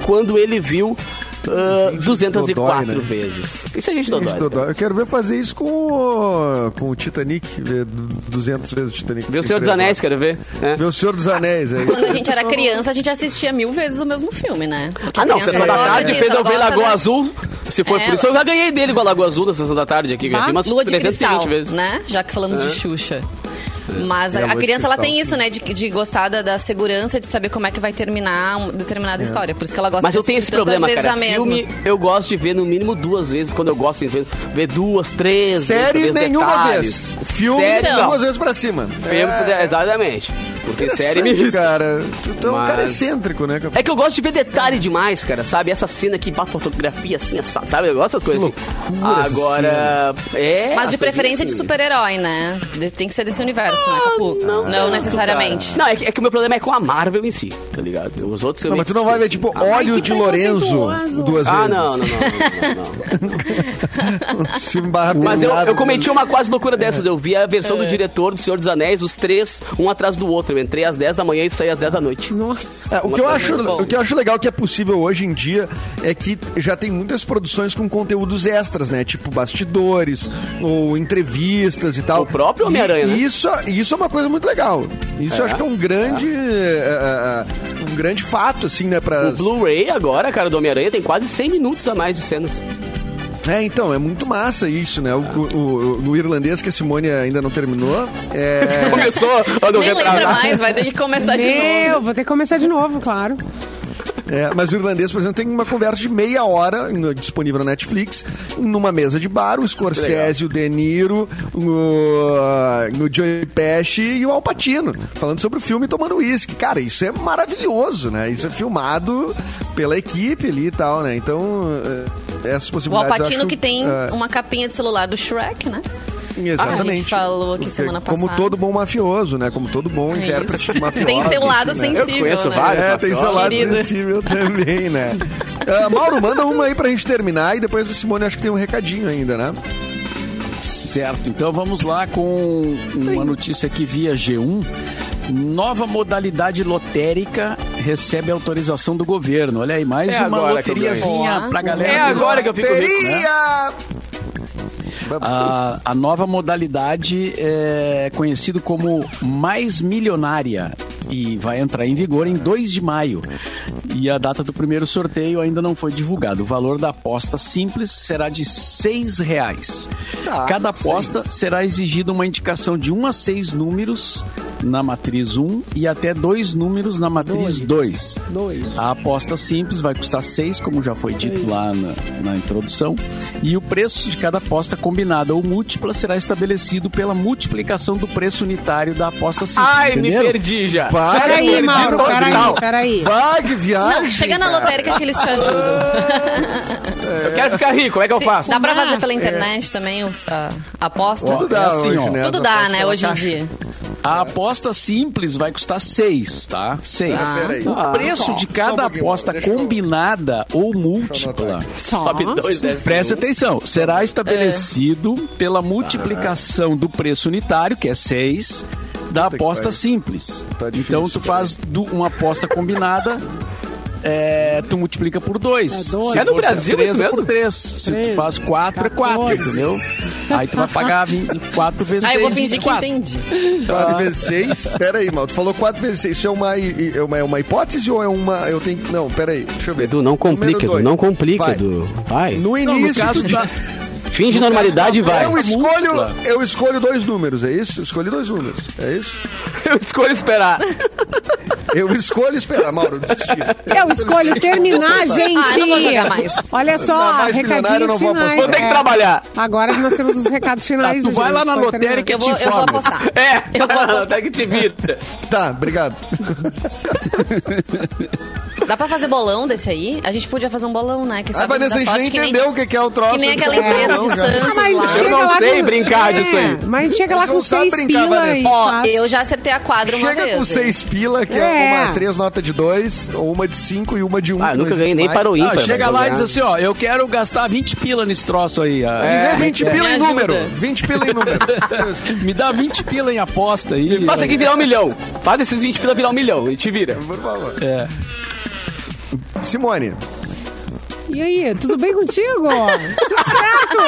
quando ele viu ah, 204
dodói, né?
vezes. Isso é gente
Gente,
dodói.
Dodói, Eu quero ver fazer isso com o, com o Titanic, ver 200 vezes o Titanic.
Vê o Senhor dos Anéis, quero ver. né?
Ver o Senhor dos Anéis, é
Quando
isso.
a gente era criança, a gente assistia mil vezes o mesmo filme, né? Porque
Ah, não,
criança
Sessão da
gosta
Tarde
disso,
fez eu
ela
ver
gosta,
Lagoa
né?
Azul. Se for
É.
por isso, eu já ganhei dele com a Lagoa Azul na Sessão da Tarde aqui.
Bah,
Já vi umas
Lua de
320
Cristal,
vezes.
né? Já que falamos de Xuxa. Mas
É,
a,
Lua
a
de
criança, ela
Cristal,
tem
sim.
isso, né? De, de gostar da, da segurança, de saber como é que vai terminar uma
É.
determinada história. Por isso que ela gosta
Mas
de
eu tenho esse
assistir tantas
problema,
vezes
cara.
a mesma.
Filme eu gosto de ver no mínimo duas vezes, quando eu gosto de ver, ver duas, três.
Série
vezes, talvez
nenhuma
detalhes.
vez. Filme
série,
Então.
não.
duas vezes pra cima. É,
Filme, Exatamente. Porque série me
Interessante, cara. Tu tu é um
Mas-
cara excêntrico, né? Capu?
É que eu gosto de ver detalhe demais, cara, sabe? Essa cena que bate fotografia assim, essa- sabe? Eu gosto das coisas
Que loucura
assim.
essa
Agora. É.
Mas
as
de
coisas
preferência de
assim.
super-herói, né? De- tem que ser desse universo. isso, né, Capu? Não, necessariamente.
Não, é que, é que o meu problema é com a Marvel em si, tá ligado? Os outros eu
Não,
meio
mas tu
que
não vai ver,
esqueci.
tipo,
Ah,
Olhos
que
de Lorenzo
preconceituoso.
duas
Ah,
vezes. Um
não, não, não, não, não, não.
Filme barra
Mas eu,
pesado. né?
eu cometi uma quase loucura dessas. Eu vi a versão
É.
do diretor do Senhor dos Anéis, os três, um atrás do outro. Eu entrei às 10 da manhã e saí às 10 da noite.
Nossa.
É, o,
Uma
que eu
coisa
acho,
muito boa.
o que eu acho legal que é possível hoje em dia é que já tem muitas produções com conteúdos extras, né? Tipo bastidores ou entrevistas e tal.
O próprio
E-
Homem-Aranha, né?
E isso, isso é uma coisa muito legal. Isso eu acho que é um grande. é, é, um grande fato, assim, né? Pra...
O Blu-ray agora, cara, do Homem-Aranha tem quase 100 minutos a mais de cenas.
É, então, é muito massa isso, né? O, o- o- o irlandês que a Simone ainda não terminou. É.
Começou ano
Nem lembra
retrasado.
mais, vai ter que começar É. de novo.
Meu, vou ter que começar de novo, claro.
É, mas o irlandês, por exemplo, tem uma conversa de meia hora no- disponível na Netflix, numa mesa de bar, o Scorsese, o De Niro, o, o Joey Pesci e o Al Pacino, falando sobre o filme e tomando uísque. Cara, isso é maravilhoso, né? Isso é filmado pela equipe ali e tal, né? Então, é, essas
O
possibilidades... eu
Alpatino
acho,
que tem
é,
uma capinha de celular do Shrek, né?
Exatamente.
a gente falou aqui
Porque
semana
Como
passada. É
todo bom mafioso, né? Como todo bom
isso.
intérprete mafioso.
Tem seu
né?
lado sensível,
Eu conheço
né?
vários.
É, tem seu lado
Querido.
sensível também, né? Ah, Mauro, manda uma aí pra gente terminar e depois a Simone acho que tem um recadinho ainda, né?
Certo, então vamos lá com uma notícia que via G1. Nova modalidade lotérica recebe autorização do governo. Olha aí, mais
É
uma
agora que eu ganhei.
loteriazinha pra galera.
É
do-
agora que eu fico rico, né?
Loteria!
A, a nova modalidade é conhecido como Mais Milionária e vai entrar em vigor em 2 de maio. E a data do primeiro sorteio ainda não foi divulgada. O valor da aposta simples será de R$ 6 reais. Cada aposta será exigida uma indicação de 1 a 6 números na matriz 1 e até dois números na matriz 2. A aposta simples vai custar 6, como já foi dito lá na, na introdução. E o preço de cada aposta combinada ou múltipla será estabelecido pela multiplicação do preço unitário da aposta simples.
Ai, me
entenderam?
perdi já.
Vai,
Peraí,
Mauro,
Mauro,
vai,
peraí,
Mauro.
peraí.
Vai, que viagem!
Não, chega na
cara.
lotérica que eles te ajudam.
Eu quero ficar rico, como é que eu
Se-
faço?
Dá pra fazer pela internet também os- a a aposta?
Tudo
Ó,
dá
é assim,
hoje,
ó.
né?
Tudo
As
dá,
apostas
né,
pela
hoje em
caixa.
dia.
A aposta simples vai custar 6, tá? 6.
Ah, peraí.
o preço de cada
Só um pouquinho,
aposta
deixa eu-
combinada ou múltipla.
Só.
Top 2, né?
Preste atenção,
É.
será estabelecido pela multiplicação do preço unitário, que é 6, da
que
aposta
pariu.
simples.
Tá difícil,
então tu
peraí.
faz du- uma aposta combinada, é, tu multiplica por 2.
dois.
É no Brasil
três,
isso
é por
mesmo?
3. Se tu
Três,
faz 4, é 4,
quatorze.
entendeu? Aí tu vai pagar 4 vezes 6.
Aí eu vou fingir que entendi.
4
Tá.
vezes 6? Pera aí, Mauro, tu falou 4 vezes 6. Isso é uma, hi- é, uma, é uma hipótese ou é uma... Eu tenho... que- Não, pera aí, deixa eu ver.
Edu, não complica,
Número
Edu,
dois.
não complica,
Vai.
Edu. Vai.
No
Não,
início,
no caso
tu tá-
da...
Fim de normalidade e vai.
Eu escolho,
múltipla.
eu escolho dois números, é isso? Escolhi dois números, é isso?
Eu escolho esperar.
É.
Eu escolho esperar, Mauro, desistir.
Eu escolho terminar, gente.
Ah, não vou jogar mais.
Olha só,
Não, mais milionário eu
recadinhos
não vou
finais.
apostar.
Vou ter que
É,
trabalhar.
Agora nós temos os recados finais.
Tá, tu
gente,
vai lá na
pode
lotérica
Eu
terminar.
vou,
te
eu vou
informo.
apostar.
É,
Eu vou apostar.
até que te vira.
Tá, obrigado.
Dá pra fazer bolão desse aí? A gente podia fazer um bolão, né? Que
A
sabe
Ah, Vanessa, a
da
gente nem
sorte, que nem-
entendeu o que que é o troço.
que nem aquela
Não,
empresa
não,
de
cara.
Santos
Ah, mas
lá.
Eu
chega
não
lá
sei
com-
brincar
é,
disso aí.
Mas a gente chega lá
Mas
com
não sabe
seis
brincar,
pila
Vanessa.
e
Ó,
faz.
eu já acertei a quadra uma
Chega
vez.
com
hein?
seis pila, que é,
É.
uma três notas de dois, ou uma de cinco e uma de um.
Ah,
que
eu
não
nunca
existe
ganhei nem
mais.
para o
Ah,
ímpar.
chega
mas
lá e
eu
diz assim, ó, eu quero gastar 20 pila nesse troço aí. ah.
É.
É.
Me dê 20 Né, pila
Me
em
ajuda.
número. 20 pila em número. Isso.
Me dá 20 pila em aposta aí. é.
Faça aqui virar um milhão. Faz esses 20 pila virar um milhão e te vira.
Por favor.
É.
Simone,
E aí, tudo bem contigo? tudo certo?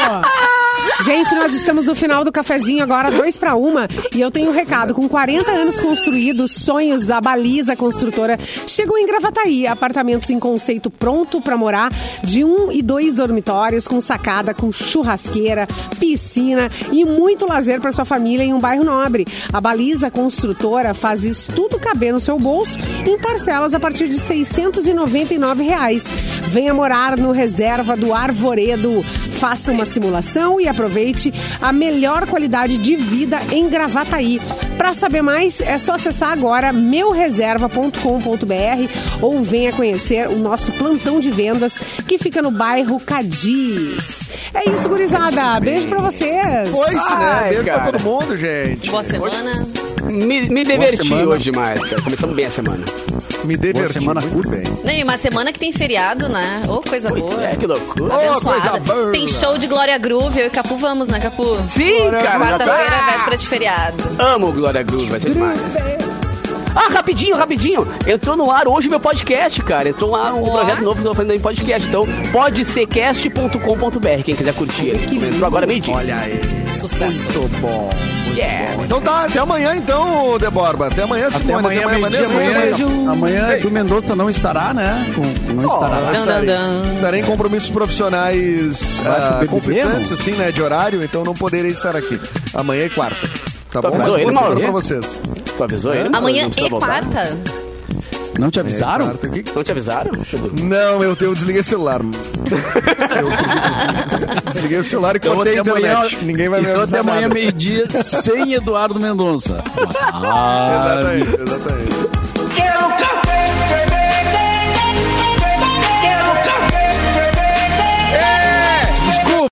Gente, nós estamos no final do cafezinho agora, dois para uma, e eu tenho um recado. Com 40 anos construídos, sonhos, a Baliza Construtora chegou em Gravataí. Apartamentos em conceito pronto para morar, de um e dois dormitórios, com sacada, com churrasqueira, piscina e muito lazer para sua família em um bairro nobre. A Baliza Construtora faz isso tudo caber no seu bolso em parcelas a partir de R$ 699. Venha morar no Reserva do Arvoredo. Faça uma simulação e aproveite a melhor qualidade de vida em Gravataí. Para saber mais, é só acessar agora meureserva.com.br ou venha conhecer o nosso plantão de vendas que fica no bairro Cadiz. É isso, gurizada. Beijo para vocês.
Foi isso, né?
Ai,
Beijo pra
cara.
todo mundo, gente.
Boa semana.
Me, me diverti
semana.
hoje mais, cara. Começamos bem a semana.
Me diverti
semana
muito
curta.
bem.
Nem uma semana que tem feriado, né? Ô, coisa boa.
É, que loucura.
Abençoada.
coisa boa.
Tem show de Glória Groove. Eu e Capu vamos, né, Capu?
Sim, cara. já tá-
Ah!
Quarta-feira, véspera de feriado.
Amo o Glória Groove, vai ser demais. Ah, rapidinho, rapidinho. Entrou no ar hoje meu podcast, cara. Entrou no ar um
Ó.
projeto novo que eu tô fazendo em podcast. Então, pode secast.com.br, quem quiser curtir. Entrou agora meio dia.
Olha aí.
Sucesso.
Muito bom. muito
Yeah.
bom. Então tá, até amanhã então, Deborba. Até amanhã,
Até
Simone.
amanhã, meio-dia,
Vanessa.
amanhã,
Até
amanhã, Edu Mendonça não estará, né? Com- Não estará.
Ah,
Dan,
estarei.
dan, dan.
Estarei em compromissos profissionais ah,
BBB,
conflitantes,
mano?
assim, né? De horário, então não poderei estar aqui. Amanhã é quarta. Tá bom?
avisou
Mas
ele,
boa semana
Mauro?
pra vocês.
Tu avisou ele?
Amanhã é
Não
e
precisa voltar.
quarta.
Não te
É
avisaram?
quarta, o que que-
Não te avisaram? Edu?
Não, eu, eu desliguei o celular. Eu desliguei o celular e cortei a
Então até
internet. Ninguém vai me
então até
avisar
amanhã,
nada.
meio-dia, sem Eduardo Mendonça. Ah,
Exatamente, exatamente.